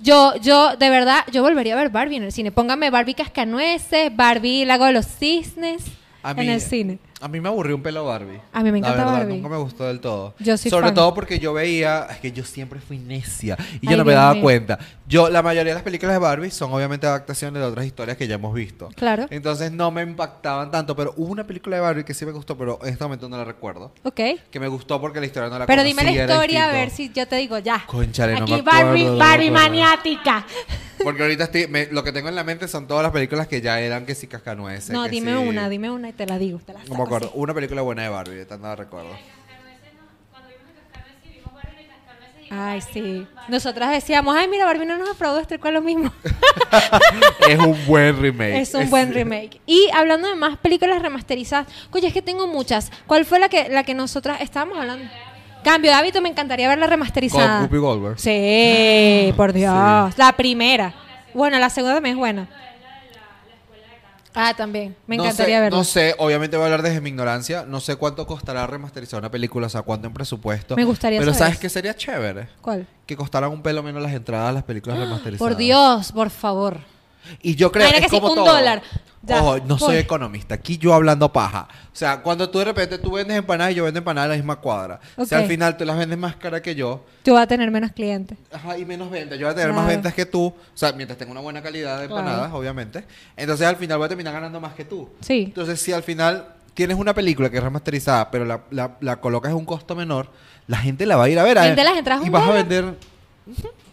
Speaker 4: Yo, yo, de verdad, yo volvería a ver Barbie en el cine. Póngame Barbie Cascanueces, Barbie Lago de los Cisnes
Speaker 5: A mí-
Speaker 4: en el cine.
Speaker 5: A mí me aburrió un pelo Barbie.
Speaker 4: A mí me
Speaker 5: La
Speaker 4: encanta
Speaker 5: verdad,
Speaker 4: Barbie.
Speaker 5: Nunca me gustó del todo.
Speaker 4: Yo soy
Speaker 5: Sobre
Speaker 4: fan.
Speaker 5: todo porque yo veía, es que yo siempre fui necia y yo
Speaker 4: Ay,
Speaker 5: no me
Speaker 4: Dios
Speaker 5: daba
Speaker 4: mío.
Speaker 5: cuenta. Yo, la mayoría de las películas de Barbie son obviamente adaptaciones de otras historias que ya hemos visto.
Speaker 4: Claro.
Speaker 5: Entonces no me impactaban tanto, pero hubo una película de Barbie que sí me gustó, pero en este momento no la recuerdo.
Speaker 4: Ok.
Speaker 5: Que me gustó porque la historia no la
Speaker 4: Pero
Speaker 5: conocía,
Speaker 4: dime la
Speaker 5: era
Speaker 4: historia a ver
Speaker 5: distinto.
Speaker 4: si yo te digo ya.
Speaker 5: Cónchale, no me
Speaker 4: Aquí
Speaker 5: acuerdo,
Speaker 4: Barbie,
Speaker 5: no me
Speaker 4: Barbie
Speaker 5: acuerdo.
Speaker 4: maniática.
Speaker 5: Porque ahorita estoy- me- lo que tengo en la mente son todas las películas que ya eran que sí cascanueces.
Speaker 4: No,
Speaker 5: que
Speaker 4: dime
Speaker 5: sí-
Speaker 4: una, dime una y te la digo. Te la
Speaker 5: No
Speaker 4: saco
Speaker 5: me acuerdo.
Speaker 4: así.
Speaker 5: Una película buena de Barbie, de tanto no la recuerdo.
Speaker 4: Ay, sí. Nosotras decíamos, ay, mira, Barbie no nos aprobó este cual lo mismo.
Speaker 5: es un buen remake.
Speaker 4: es un buen remake. Y hablando de más películas remasterizadas, oye, es que tengo muchas. ¿Cuál fue la que, la que nosotras estábamos hablando? Cambio de hábito, me encantaría verla remasterizada.
Speaker 5: Con Whoopi Goldberg.
Speaker 4: Sí, por Dios. La primera. Bueno, la segunda también es buena. Ah, también. Me
Speaker 5: No
Speaker 4: encantaría
Speaker 5: sé-
Speaker 4: verla.
Speaker 5: No sé, obviamente voy a hablar desde mi ignorancia. No sé cuánto costará remasterizar una película, o sea, cuánto en presupuesto.
Speaker 4: Me gustaría
Speaker 5: Pero
Speaker 4: saber
Speaker 5: ¿sabes
Speaker 4: eso.
Speaker 5: qué sería chévere?
Speaker 4: ¿Cuál?
Speaker 5: Que costaran un pelo menos las entradas a las películas remasterizadas.
Speaker 4: ¡Ah! Por Dios, por favor.
Speaker 5: Y yo creo
Speaker 4: Mira
Speaker 5: es
Speaker 4: que sí,
Speaker 5: como
Speaker 4: un
Speaker 5: todo.
Speaker 4: dólar. Ya,
Speaker 5: Ojo, no
Speaker 4: voy.
Speaker 5: soy economista. Aquí yo hablando paja. O sea, cuando tú de repente tú vendes empanadas y yo vendo empanadas en la misma cuadra. O sea,
Speaker 4: Ok.
Speaker 5: al final tú las vendes más cara que yo.
Speaker 4: Yo voy a tener menos clientes.
Speaker 5: Ajá, y menos ventas. Yo voy a tener más
Speaker 4: Claro.
Speaker 5: ventas que tú. O sea, mientras tenga una buena calidad de
Speaker 4: Claro.
Speaker 5: empanadas, obviamente. Entonces al final voy a terminar ganando más que tú.
Speaker 4: Sí.
Speaker 5: Entonces, si al final tienes una película que es remasterizada, pero la, la, la colocas a un costo menor, la gente la va a ir a ver.
Speaker 4: Vende
Speaker 5: eh,
Speaker 4: las entradas
Speaker 5: Y
Speaker 4: un
Speaker 5: vas a
Speaker 4: dólar.
Speaker 5: vender.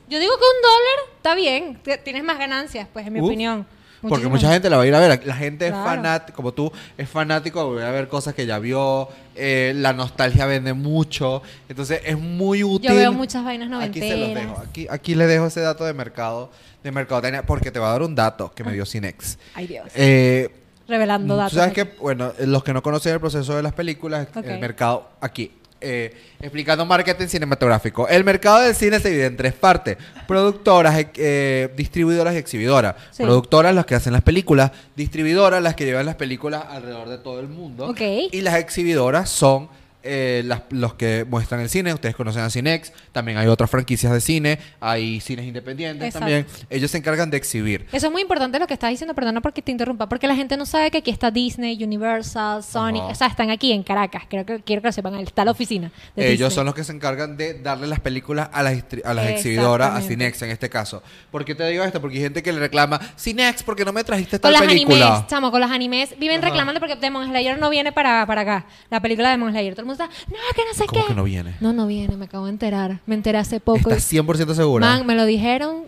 Speaker 4: Yo digo que un dólar está bien. T- Tienes más ganancias, pues, en mi
Speaker 5: Uf,
Speaker 4: opinión.
Speaker 5: Porque
Speaker 4: Muchísimas.
Speaker 5: mucha gente la va a ir a ver. La gente
Speaker 4: Claro.
Speaker 5: es fanática, como tú, es fanático de volver a ver cosas que ya vio. eh, la nostalgia vende mucho. Entonces es muy útil.
Speaker 4: Yo veo muchas vainas
Speaker 5: Aquí se los
Speaker 4: noventeras.
Speaker 5: dejo. Aquí, aquí les dejo ese dato de mercado, de mercadotecnia, porque te va a dar un dato que me dio Cinex.
Speaker 4: Ay, Dios.
Speaker 5: Eh,
Speaker 4: Revelando datos.
Speaker 5: Tú sabes
Speaker 4: aquí.
Speaker 5: que, bueno, eh, los que no conocen el proceso de las películas,
Speaker 4: Ok.
Speaker 5: el mercado aquí. eh, explicando marketing cinematográfico. El mercado del cine se divide en tres partes. Productoras, ex- eh, distribuidoras y exhibidoras.
Speaker 4: Sí.
Speaker 5: Productoras, las que hacen las películas. Distribuidoras, las que llevan las películas alrededor de todo el mundo.
Speaker 4: Ok.
Speaker 5: Y las exhibidoras son eh, las- los que muestran el cine. Ustedes conocen a Cinex. También hay otras franquicias de cine. Hay cines independientes
Speaker 4: Exacto.
Speaker 5: también. Ellos se encargan de exhibir.
Speaker 4: Eso es muy importante lo que estás diciendo, perdona porque te interrumpa, porque la gente no sabe que aquí está Disney, Universal, Sony,
Speaker 5: Ajá.
Speaker 4: o sea, están aquí en Caracas, creo que quiero que lo sepan, ahí está la oficina. de
Speaker 5: Ellos
Speaker 4: Disney.
Speaker 5: son los que se encargan de darle las películas a las, distri- a las exhibidoras, a
Speaker 4: Exactamente.
Speaker 5: Cinex en este caso. ¿Por qué te digo esto? Porque hay gente que le reclama, Cinex, ¿por qué no me trajiste
Speaker 4: con
Speaker 5: tal
Speaker 4: las
Speaker 5: película?
Speaker 4: animes, chamo, con los animes viven reclamando porque Demon Slayer no viene para, para acá, la película de Demon Slayer. Todo el mundo está, no, que no sé
Speaker 5: ¿Cómo
Speaker 4: qué.
Speaker 5: que no viene?
Speaker 4: No, no viene, me acabo de enterar, me enteré hace poco.
Speaker 5: ¿Estás 100% segura?
Speaker 4: Man, me lo dijeron,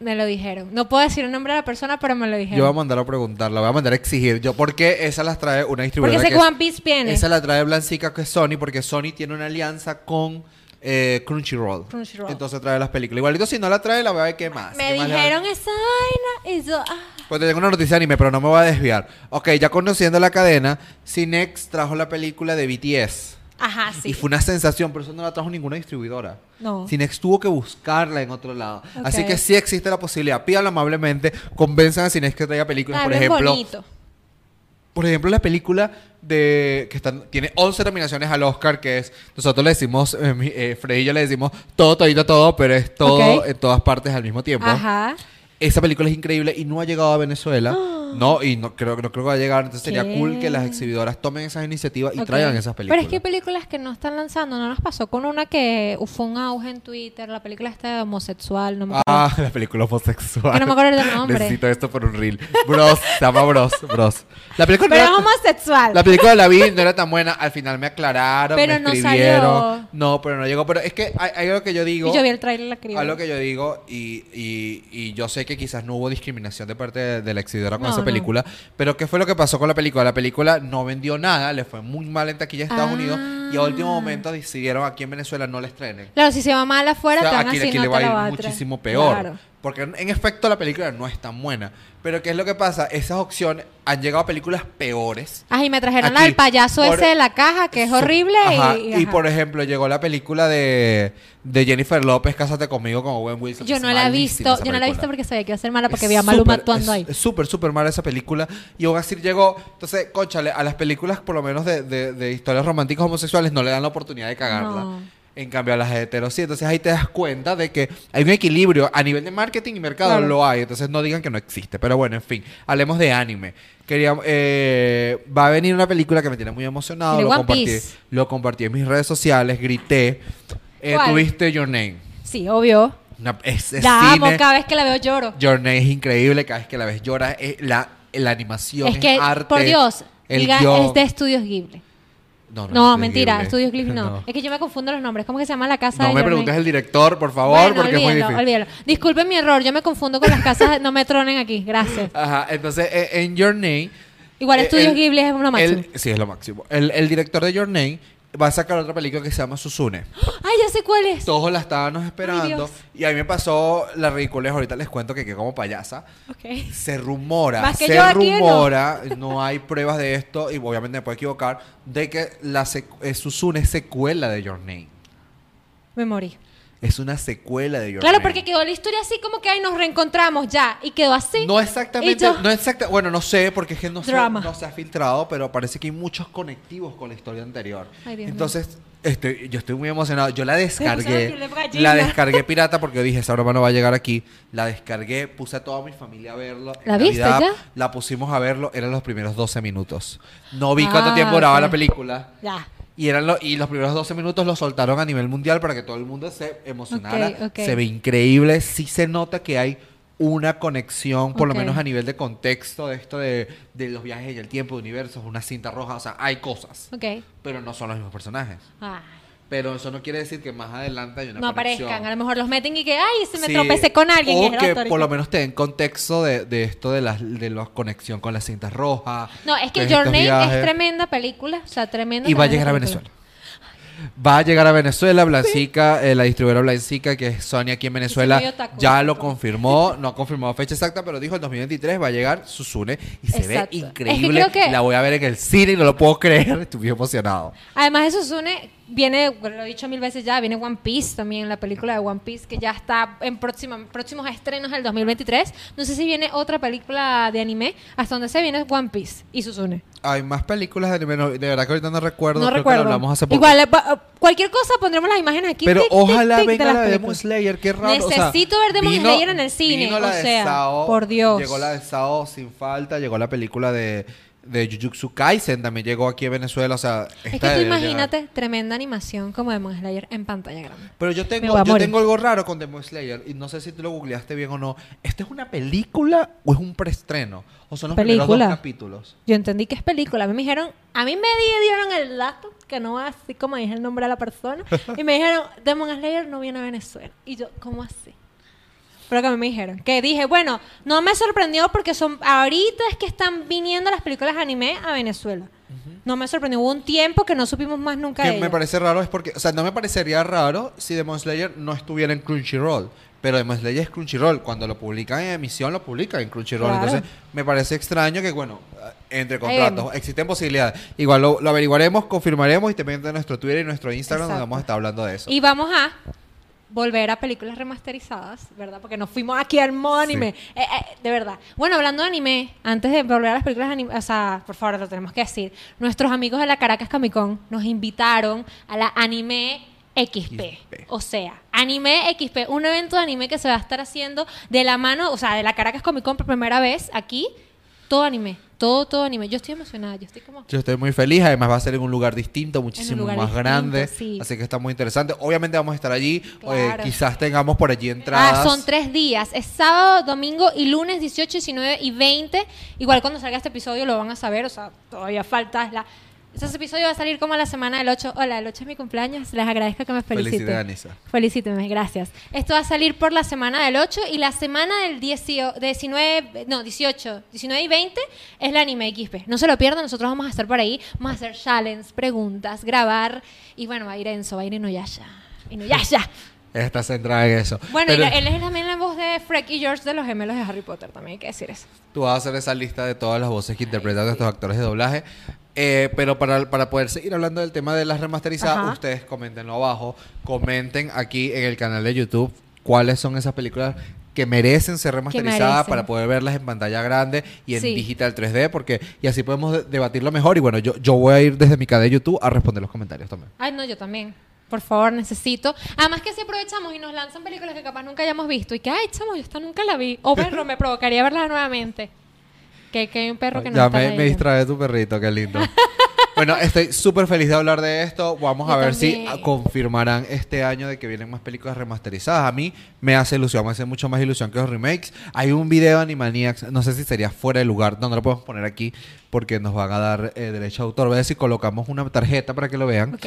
Speaker 4: me lo dijeron. No puedo decir el nombre de la persona, pero me lo dijeron.
Speaker 5: yo voy a mandar a preguntarla, voy a mandar a exigir. Yo, ¿por qué esas las trae una distribuidora?
Speaker 4: porque sé que
Speaker 5: es-
Speaker 4: One Piece viene.
Speaker 5: Esa la trae Blancica, que es Sony, porque Sony tiene una alianza con eh, Crunchyroll.
Speaker 4: Crunchyroll.
Speaker 5: Entonces trae las películas. Igualito, si no la trae, la voy a ver qué más.
Speaker 4: me
Speaker 5: ¿Qué más le va a-
Speaker 4: dijeron esa vaina y yo, ah.
Speaker 5: Pues te tengo una noticia de anime, pero no me voy a desviar. Ok, ya conociendo la cadena, Cinex trajo la película de BTS.
Speaker 4: Ajá, sí.
Speaker 5: Y fue una sensación, pero eso no la trajo ninguna distribuidora.
Speaker 4: No.
Speaker 5: Cinex tuvo que buscarla en otro lado.
Speaker 4: Ok.
Speaker 5: Así que sí existe la posibilidad. Pídala amablemente, convenzan a Cinex que traiga películas.
Speaker 4: Ah,
Speaker 5: por
Speaker 4: bien
Speaker 5: ejemplo,
Speaker 4: bonito.
Speaker 5: por ejemplo, la película de que están- tiene 11 nominaciones al Oscar, que es, nosotros le decimos, eh, mi- eh, Freddy y yo le decimos todo, todito, todo, pero es todo
Speaker 4: Ok.
Speaker 5: en todas partes al mismo tiempo.
Speaker 4: Ajá.
Speaker 5: Esa película es increíble y no ha llegado a Venezuela. No, y no creo, no creo que va a llegar. Entonces
Speaker 4: ¿Qué?
Speaker 5: sería cool que las exhibidoras tomen esas iniciativas y
Speaker 4: Ok.
Speaker 5: traigan esas películas.
Speaker 4: Pero es que hay películas que no están lanzando, no nos pasó con una que fue un auge en Twitter, la película esta de homosexual, no me acuerdo.
Speaker 5: Ah, la película homosexual.
Speaker 4: Que no me acuerdo del nombre.
Speaker 5: Necesito esto por un reel. Bros, se llama Bros, Bros. La película,
Speaker 4: Pero
Speaker 5: no
Speaker 4: es
Speaker 5: era-
Speaker 4: homosexual.
Speaker 5: la película la vi, no era tan buena. Al final me aclararon,
Speaker 4: Pero no
Speaker 5: me escribieron.
Speaker 4: salió.
Speaker 5: No, pero no llegó. Pero es que hay, hay algo que yo digo.
Speaker 4: y yo vi el trailer la crié.
Speaker 5: Algo que yo digo, y, y- y yo sé que quizás no hubo discriminación de parte de, de la exhibidora con
Speaker 4: No,
Speaker 5: esa
Speaker 4: no.
Speaker 5: película, pero ¿qué fue lo que pasó con la película? La película no vendió nada, le fue muy mal en taquilla de Estados
Speaker 4: Ah.
Speaker 5: Unidos y a último momento decidieron aquí en Venezuela no la estrenen.
Speaker 4: Claro, si se va mal afuera,
Speaker 5: O sea,
Speaker 4: te van a
Speaker 5: aquí,
Speaker 4: decir,
Speaker 5: aquí
Speaker 4: no
Speaker 5: le
Speaker 4: te
Speaker 5: va a
Speaker 4: la
Speaker 5: ir
Speaker 4: va a traer.
Speaker 5: muchísimo peor.
Speaker 4: Claro.
Speaker 5: Porque en, en efecto la película no es tan buena. Pero ¿qué es lo que pasa? Esas opciones han llegado a películas peores.
Speaker 4: Ah, y me trajeron al
Speaker 5: Aquí,
Speaker 4: payaso
Speaker 5: por-
Speaker 4: ese de la caja, que es
Speaker 5: Su-
Speaker 4: horrible.
Speaker 5: Ajá,
Speaker 4: y,
Speaker 5: Y,
Speaker 4: ajá.
Speaker 5: por ejemplo, llegó la película de, de Jennifer López, Cásate conmigo con Owen Wilson.
Speaker 4: yo
Speaker 5: Es
Speaker 4: no la he
Speaker 5: malísima
Speaker 4: visto,
Speaker 5: esa
Speaker 4: yo no la he
Speaker 5: película.
Speaker 4: visto porque sabía que iba a ser mala, porque
Speaker 5: Es
Speaker 4: vi a Maluma
Speaker 5: súper-
Speaker 4: actuando
Speaker 5: es-
Speaker 4: ahí.
Speaker 5: Es súper, súper mala esa película. Y aún así llegó. Entonces, conchale, a las películas, por lo menos de, de- de historias románticas homosexuales, no le dan la oportunidad de cagarla.
Speaker 4: No.
Speaker 5: En cambio, a las heteros sí. Entonces ahí te das cuenta de que hay un equilibrio a nivel de marketing y mercado.
Speaker 4: Claro.
Speaker 5: Lo hay. Entonces no digan que no existe. Pero bueno, en fin. Hablemos de anime. Queríamos, eh, va a venir una película que me tiene muy emocionado.
Speaker 4: De
Speaker 5: Lo
Speaker 4: One
Speaker 5: compartí,
Speaker 4: Piece.
Speaker 5: lo compartí en mis redes sociales. Grité. Eh,
Speaker 4: ¿Cuál?
Speaker 5: Tuviste Your Name.
Speaker 4: Sí, obvio.
Speaker 5: Una- es- es
Speaker 4: La amo,
Speaker 5: cine.
Speaker 4: cada vez que la veo lloro.
Speaker 5: Journey es increíble, cada vez que la ves lloras, eh, la, la animación es,
Speaker 4: es que,
Speaker 5: arte.
Speaker 4: por Dios,
Speaker 5: el
Speaker 4: diga,
Speaker 5: guión.
Speaker 4: es de Estudios Ghibli. No,
Speaker 5: es de
Speaker 4: mentira,
Speaker 5: Ghibli.
Speaker 4: Estudios Ghibli no.
Speaker 5: No,
Speaker 4: Es que yo me confundo los nombres. ¿Cómo que se llama la casa
Speaker 5: No
Speaker 4: de
Speaker 5: me
Speaker 4: Your
Speaker 5: preguntes
Speaker 4: Name?
Speaker 5: el director, por favor,
Speaker 4: Bueno,
Speaker 5: porque es muy
Speaker 4: olvídalo,
Speaker 5: difícil.
Speaker 4: olvídalo. Disculpen mi error, yo me confundo con las casas, no me tronen aquí, gracias.
Speaker 5: Ajá, entonces eh, en Your Name...
Speaker 4: Igual
Speaker 5: eh,
Speaker 4: Estudios
Speaker 5: el-
Speaker 4: Ghibli es una máxima.
Speaker 5: el- sí, es lo máximo. El, el director de Your Name va a sacar otra película que se llama Susune.
Speaker 4: Ay, ya sé cuál es.
Speaker 5: Todos la estábamos esperando.
Speaker 4: Dios.
Speaker 5: y a mí me pasó la ridiculez. Ahorita les cuento que quedé como payasa.
Speaker 4: Ok.
Speaker 5: Se rumora,
Speaker 4: Más que
Speaker 5: se
Speaker 4: yo aquí, ¿no?
Speaker 5: rumora, ¿no? hay pruebas de esto, y obviamente me puedo equivocar, de que la sec- eh, Susune es secuela de Your Name.
Speaker 4: Me morí.
Speaker 5: Es una secuela de Your
Speaker 4: Claro,
Speaker 5: Name.
Speaker 4: porque quedó la historia así como que ay, nos reencontramos ya. Y quedó así.
Speaker 5: No exactamente,
Speaker 4: Y yo-
Speaker 5: no exacta, bueno, no sé, porque es que no se,
Speaker 4: Drama.
Speaker 5: no se ha filtrado, pero parece que hay muchos conectivos con la historia anterior.
Speaker 4: Ay, Dios mío.
Speaker 5: Entonces, este, yo estoy muy emocionado. Yo la
Speaker 4: Estoy
Speaker 5: descargué,
Speaker 4: emocionada que le
Speaker 5: la
Speaker 4: gallina.
Speaker 5: descargué pirata porque dije, esa broma no va a llegar aquí. La descargué, puse a toda mi familia a verlo. En
Speaker 4: ¿La viste ya?
Speaker 5: La pusimos a verlo, eran los primeros 12 minutos. No vi
Speaker 4: Ah,
Speaker 5: cuánto tiempo duraba
Speaker 4: ok.
Speaker 5: la película.
Speaker 4: Ya.
Speaker 5: Y, eran lo- y los primeros 12 minutos los soltaron a nivel mundial para que todo el mundo se emocionara.
Speaker 4: Ok, ok.
Speaker 5: Se ve increíble. Sí se nota que hay una conexión, por
Speaker 4: Ok.
Speaker 5: lo menos a nivel de contexto, de esto de, de los viajes en el tiempo, de universos, una cinta roja. O sea, hay cosas.
Speaker 4: Ok.
Speaker 5: Pero no son los mismos personajes.
Speaker 4: Ah,
Speaker 5: Pero eso no quiere decir que más adelante hay una
Speaker 4: no
Speaker 5: conexión.
Speaker 4: aparezcan. A lo mejor los meten y que, ay, se me
Speaker 5: Sí,
Speaker 4: tropecé con alguien.
Speaker 5: O
Speaker 4: es el
Speaker 5: que
Speaker 4: autor.
Speaker 5: por lo menos te den contexto de, de esto de las de la conexión con las cintas rojas.
Speaker 4: No, es que
Speaker 5: de
Speaker 4: Your
Speaker 5: estos
Speaker 4: Name es
Speaker 5: viajes.
Speaker 4: tremenda película. O sea, tremenda.
Speaker 5: Y va a
Speaker 4: tremenda
Speaker 5: llegar a
Speaker 4: película.
Speaker 5: Venezuela. Va a llegar a Venezuela, Blancica, eh, la distribuidora Blancica, que es Sony aquí en Venezuela,
Speaker 4: medio taco,
Speaker 5: ya
Speaker 4: ¿no?
Speaker 5: lo confirmó, no confirmó fecha exacta, pero dijo el 2023 va a llegar Susune y se
Speaker 4: Exacto.
Speaker 5: ve
Speaker 4: Es que
Speaker 5: increíble.
Speaker 4: creo que-
Speaker 5: La voy a ver en el cine y no lo puedo creer, estuve emocionado.
Speaker 4: Además de Susune, viene, lo he dicho mil veces ya, viene One Piece también, la película de One Piece, que ya está en próxima- próximos estrenos del 2023. No sé si viene otra película de anime. Hasta donde se viene es One Piece y Susune.
Speaker 5: Hay más películas de anime, no- de verdad que ahorita no recuerdo,
Speaker 4: No
Speaker 5: creo
Speaker 4: recuerdo.
Speaker 5: que lo hablamos hace poco.
Speaker 4: Igual, eh, pa- eh, cualquier cosa pondremos las imágenes aquí.
Speaker 5: pero
Speaker 4: tic, tic,
Speaker 5: ojalá
Speaker 4: tic, de
Speaker 5: venga
Speaker 4: las
Speaker 5: la de Demon
Speaker 4: películas.
Speaker 5: Slayer, qué raro. o sea,
Speaker 4: Necesito ver Demon
Speaker 5: vino-
Speaker 4: Slayer en el cine,
Speaker 5: vino
Speaker 4: o
Speaker 5: la de
Speaker 4: sea,
Speaker 5: Sao,
Speaker 4: por Dios.
Speaker 5: Llegó la de Sao sin falta, llegó la película de, de Jujutsu Kaisen, también llegó aquí a Venezuela, o sea...
Speaker 4: Es que
Speaker 5: esta
Speaker 4: tú
Speaker 5: debería
Speaker 4: imagínate
Speaker 5: llegar.
Speaker 4: tremenda animación como Demon Slayer en pantalla grande.
Speaker 5: Pero yo
Speaker 4: Me voy a
Speaker 5: tengo, yo
Speaker 4: morir.
Speaker 5: tengo algo raro con Demon Slayer, y no sé si tú lo googleaste bien o no. ¿Esta es una película o es un preestreno? ¿O son los primeros
Speaker 4: Película.
Speaker 5: dos capítulos?
Speaker 4: Yo entendí que es película. A mí me dijeron, a mí me di- dieron el dato, que no así como dije el nombre de la persona, y me dijeron, Demon Slayer no viene a Venezuela. Y yo, ¿cómo así? Pero que a mí me dijeron, que dije, bueno, no me sorprendió porque son ahorita es que están viniendo las películas anime a Venezuela. No me sorprendió. Hubo un tiempo que no supimos más nunca de
Speaker 5: Que me
Speaker 4: ellas.
Speaker 5: parece raro es porque, o sea, no me parecería raro si Demon Slayer no estuviera en Crunchyroll. Pero Demon Slayer es Crunchyroll. Cuando lo publican en emisión, lo publican en Crunchyroll.
Speaker 4: Claro.
Speaker 5: Entonces, me parece extraño que, bueno, entre contratos existen posibilidades. Igual lo, lo averiguaremos, confirmaremos y también de nuestro Twitter y nuestro Instagram
Speaker 4: Exacto.
Speaker 5: donde vamos a estar hablando de eso.
Speaker 4: Y vamos a volver a películas remasterizadas, ¿verdad? Porque nos fuimos aquí al modo anime. Eh, eh, de verdad. Bueno, hablando de anime, antes de volver a las películas anime, o sea, por favor, lo tenemos que decir. Nuestros amigos de la Caracas Comic Con nos invitaron a la Anime XP.
Speaker 5: XP.
Speaker 4: O sea, Anime XP, un evento de anime que se va a estar haciendo de la mano, o sea, de la Caracas Comic Con por primera vez aquí. Todo anime, todo, todo anime. Yo estoy emocionada, yo estoy como...
Speaker 5: Yo estoy muy feliz, además va a ser en un lugar distinto, muchísimo
Speaker 4: lugar
Speaker 5: más
Speaker 4: distinto,
Speaker 5: grande,
Speaker 4: sí.
Speaker 5: así que está muy interesante. Obviamente vamos a estar allí, eh,
Speaker 4: Claro.
Speaker 5: quizás tengamos por allí entradas.
Speaker 4: Ah, son tres días. Es sábado, domingo y lunes 18, 19 y 20. Igual cuando salga este episodio lo van a saber. O sea, todavía falta. Es la Ese episodio va a salir como a la semana del 8. Hola, el 8 es mi cumpleaños. Les agradezco que me feliciten.
Speaker 5: Felicidades, Anissa.
Speaker 4: Felicíteme, gracias. Esto va a salir por la semana del 8 y la semana del 10 19, no, 18, 19 y 20 es la anime XP. No se lo pierdan, nosotros vamos a estar por ahí, vamos a hacer challenge, preguntas, grabar y bueno, va a ir Enzo, va a ir Inuyasha. Inuyasha.
Speaker 5: Está centrada en eso.
Speaker 4: Bueno, y
Speaker 5: Pero
Speaker 4: la- él es también la voz de Freck y George de los gemelos de Harry Potter, también hay que decir eso.
Speaker 5: tú vas a hacer esa lista de todas las voces que interpretan estos actores de doblaje. Eh, pero para, para poder seguir hablando del tema de las remasterizadas,
Speaker 4: Ajá.
Speaker 5: ustedes coméntenlo abajo. Comenten aquí en el canal de YouTube cuáles son esas películas que merecen ser remasterizadas
Speaker 4: merecen.
Speaker 5: para poder verlas en pantalla grande y en
Speaker 4: Sí.
Speaker 5: digital 3D, porque y así podemos de- debatirlo mejor. Y bueno, yo, yo voy a ir desde mi canal de YouTube a responder los comentarios también.
Speaker 4: Ay, no, yo también. Por favor, necesito. Además que si aprovechamos y nos lanzan películas que capaz nunca hayamos visto y que, ay, chamo, yo esta nunca la vi. O perro, me provocaría verla nuevamente. Que, que hay un perro que no
Speaker 5: ya
Speaker 4: está
Speaker 5: me, me
Speaker 4: leyendo.
Speaker 5: distrae tu perrito, qué lindo. bueno, estoy súper feliz de hablar de esto. Vamos a
Speaker 4: Yo
Speaker 5: ver si
Speaker 4: también.
Speaker 5: ah, confirmarán este año de que vienen más películas remasterizadas. A mí me hace ilusión, me hace mucho más ilusión que los remakes. Hay un video de Animaniacs, no sé si sería fuera de lugar, no, no lo podemos poner aquí porque nos van a dar eh, derecho a autor. Voy a ver si colocamos una tarjeta para que lo vean.
Speaker 4: Ok.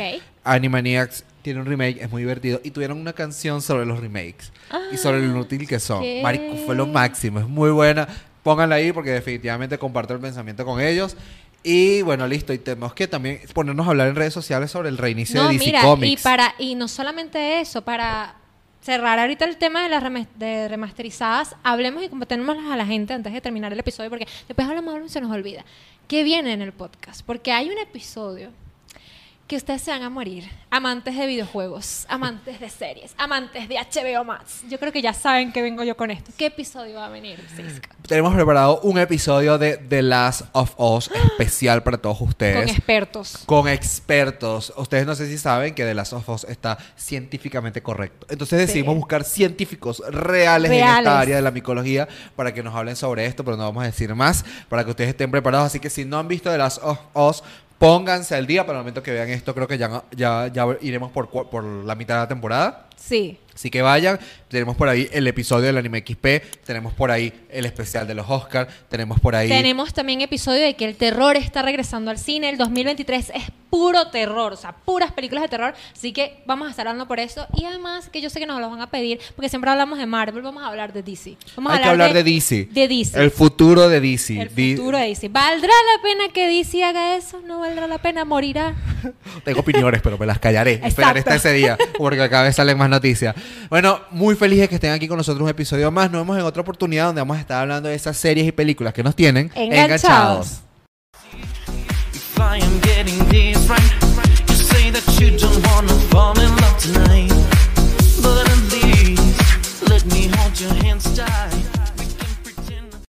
Speaker 5: Animaniacs tiene un remake, es muy divertido. Y tuvieron una canción sobre los remakes y sobre lo inútil que son.
Speaker 4: Ah, ¿qué?
Speaker 5: Marico, fue lo máximo, es muy buena. Pónganla ahí porque definitivamente comparto el pensamiento con ellos. Y bueno, listo. Y tenemos que también ponernos a hablar en redes sociales sobre el reinicio
Speaker 4: No,
Speaker 5: de DC
Speaker 4: mira, y,
Speaker 5: Comics.
Speaker 4: para, y no solamente eso, para cerrar ahorita el tema de las remas- de remasterizadas, hablemos y competémonos a la gente antes de terminar el episodio, porque después hablamos algo y se nos olvida. ¿Qué viene en el podcast? Porque hay un episodio que ustedes se van a morir. Amantes de videojuegos, amantes de series, amantes de HBO Max. Yo creo que ya saben que vengo yo con esto. ¿Qué episodio va a venir, Cisco?
Speaker 5: Tenemos preparado un episodio de The Last of Us especial para todos
Speaker 4: Con
Speaker 5: ustedes.
Speaker 4: expertos.
Speaker 5: con expertos. Ustedes no sé si saben que de las Us está científicamente correcto. Entonces decidimos buscar científicos reales, en
Speaker 4: Reales.
Speaker 5: esta área de la micología para que nos hablen sobre esto, pero no vamos a decir más para que ustedes estén preparados. Así que si no han visto de las Us, pónganse al día para el momento que vean esto. Creo que ya, ya, ya iremos por, cua- por la mitad de la temporada.
Speaker 4: Sí.
Speaker 5: Así que vayan, tenemos por ahí el episodio del anime XP, tenemos por ahí el especial de los Oscars, tenemos por ahí...
Speaker 4: Tenemos también episodio de que el terror está regresando al cine. El 2023 es puro terror, o sea, puras películas de terror. Así que vamos a estar hablando por eso. Y además, que yo sé que nos lo van a pedir, porque siempre hablamos de Marvel, vamos a hablar de DC. Vamos a
Speaker 5: Hay que hablar de, DC.
Speaker 4: De DC.
Speaker 5: El
Speaker 4: El,
Speaker 5: futuro de DC. Di-
Speaker 4: futuro de DC. ¿Valdrá la pena que DC haga eso? ¿No valdrá la pena? ¿Morirá?
Speaker 5: Tengo opiniones, pero me las callaré.
Speaker 4: Exacto.
Speaker 5: Esperaré hasta ese día, porque cada vez salen más noticias. Bueno, muy feliz de que estén aquí con nosotros un episodio más. Nos vemos en otra oportunidad donde vamos a estar hablando de esas series y películas que nos tienen
Speaker 4: Enganchados.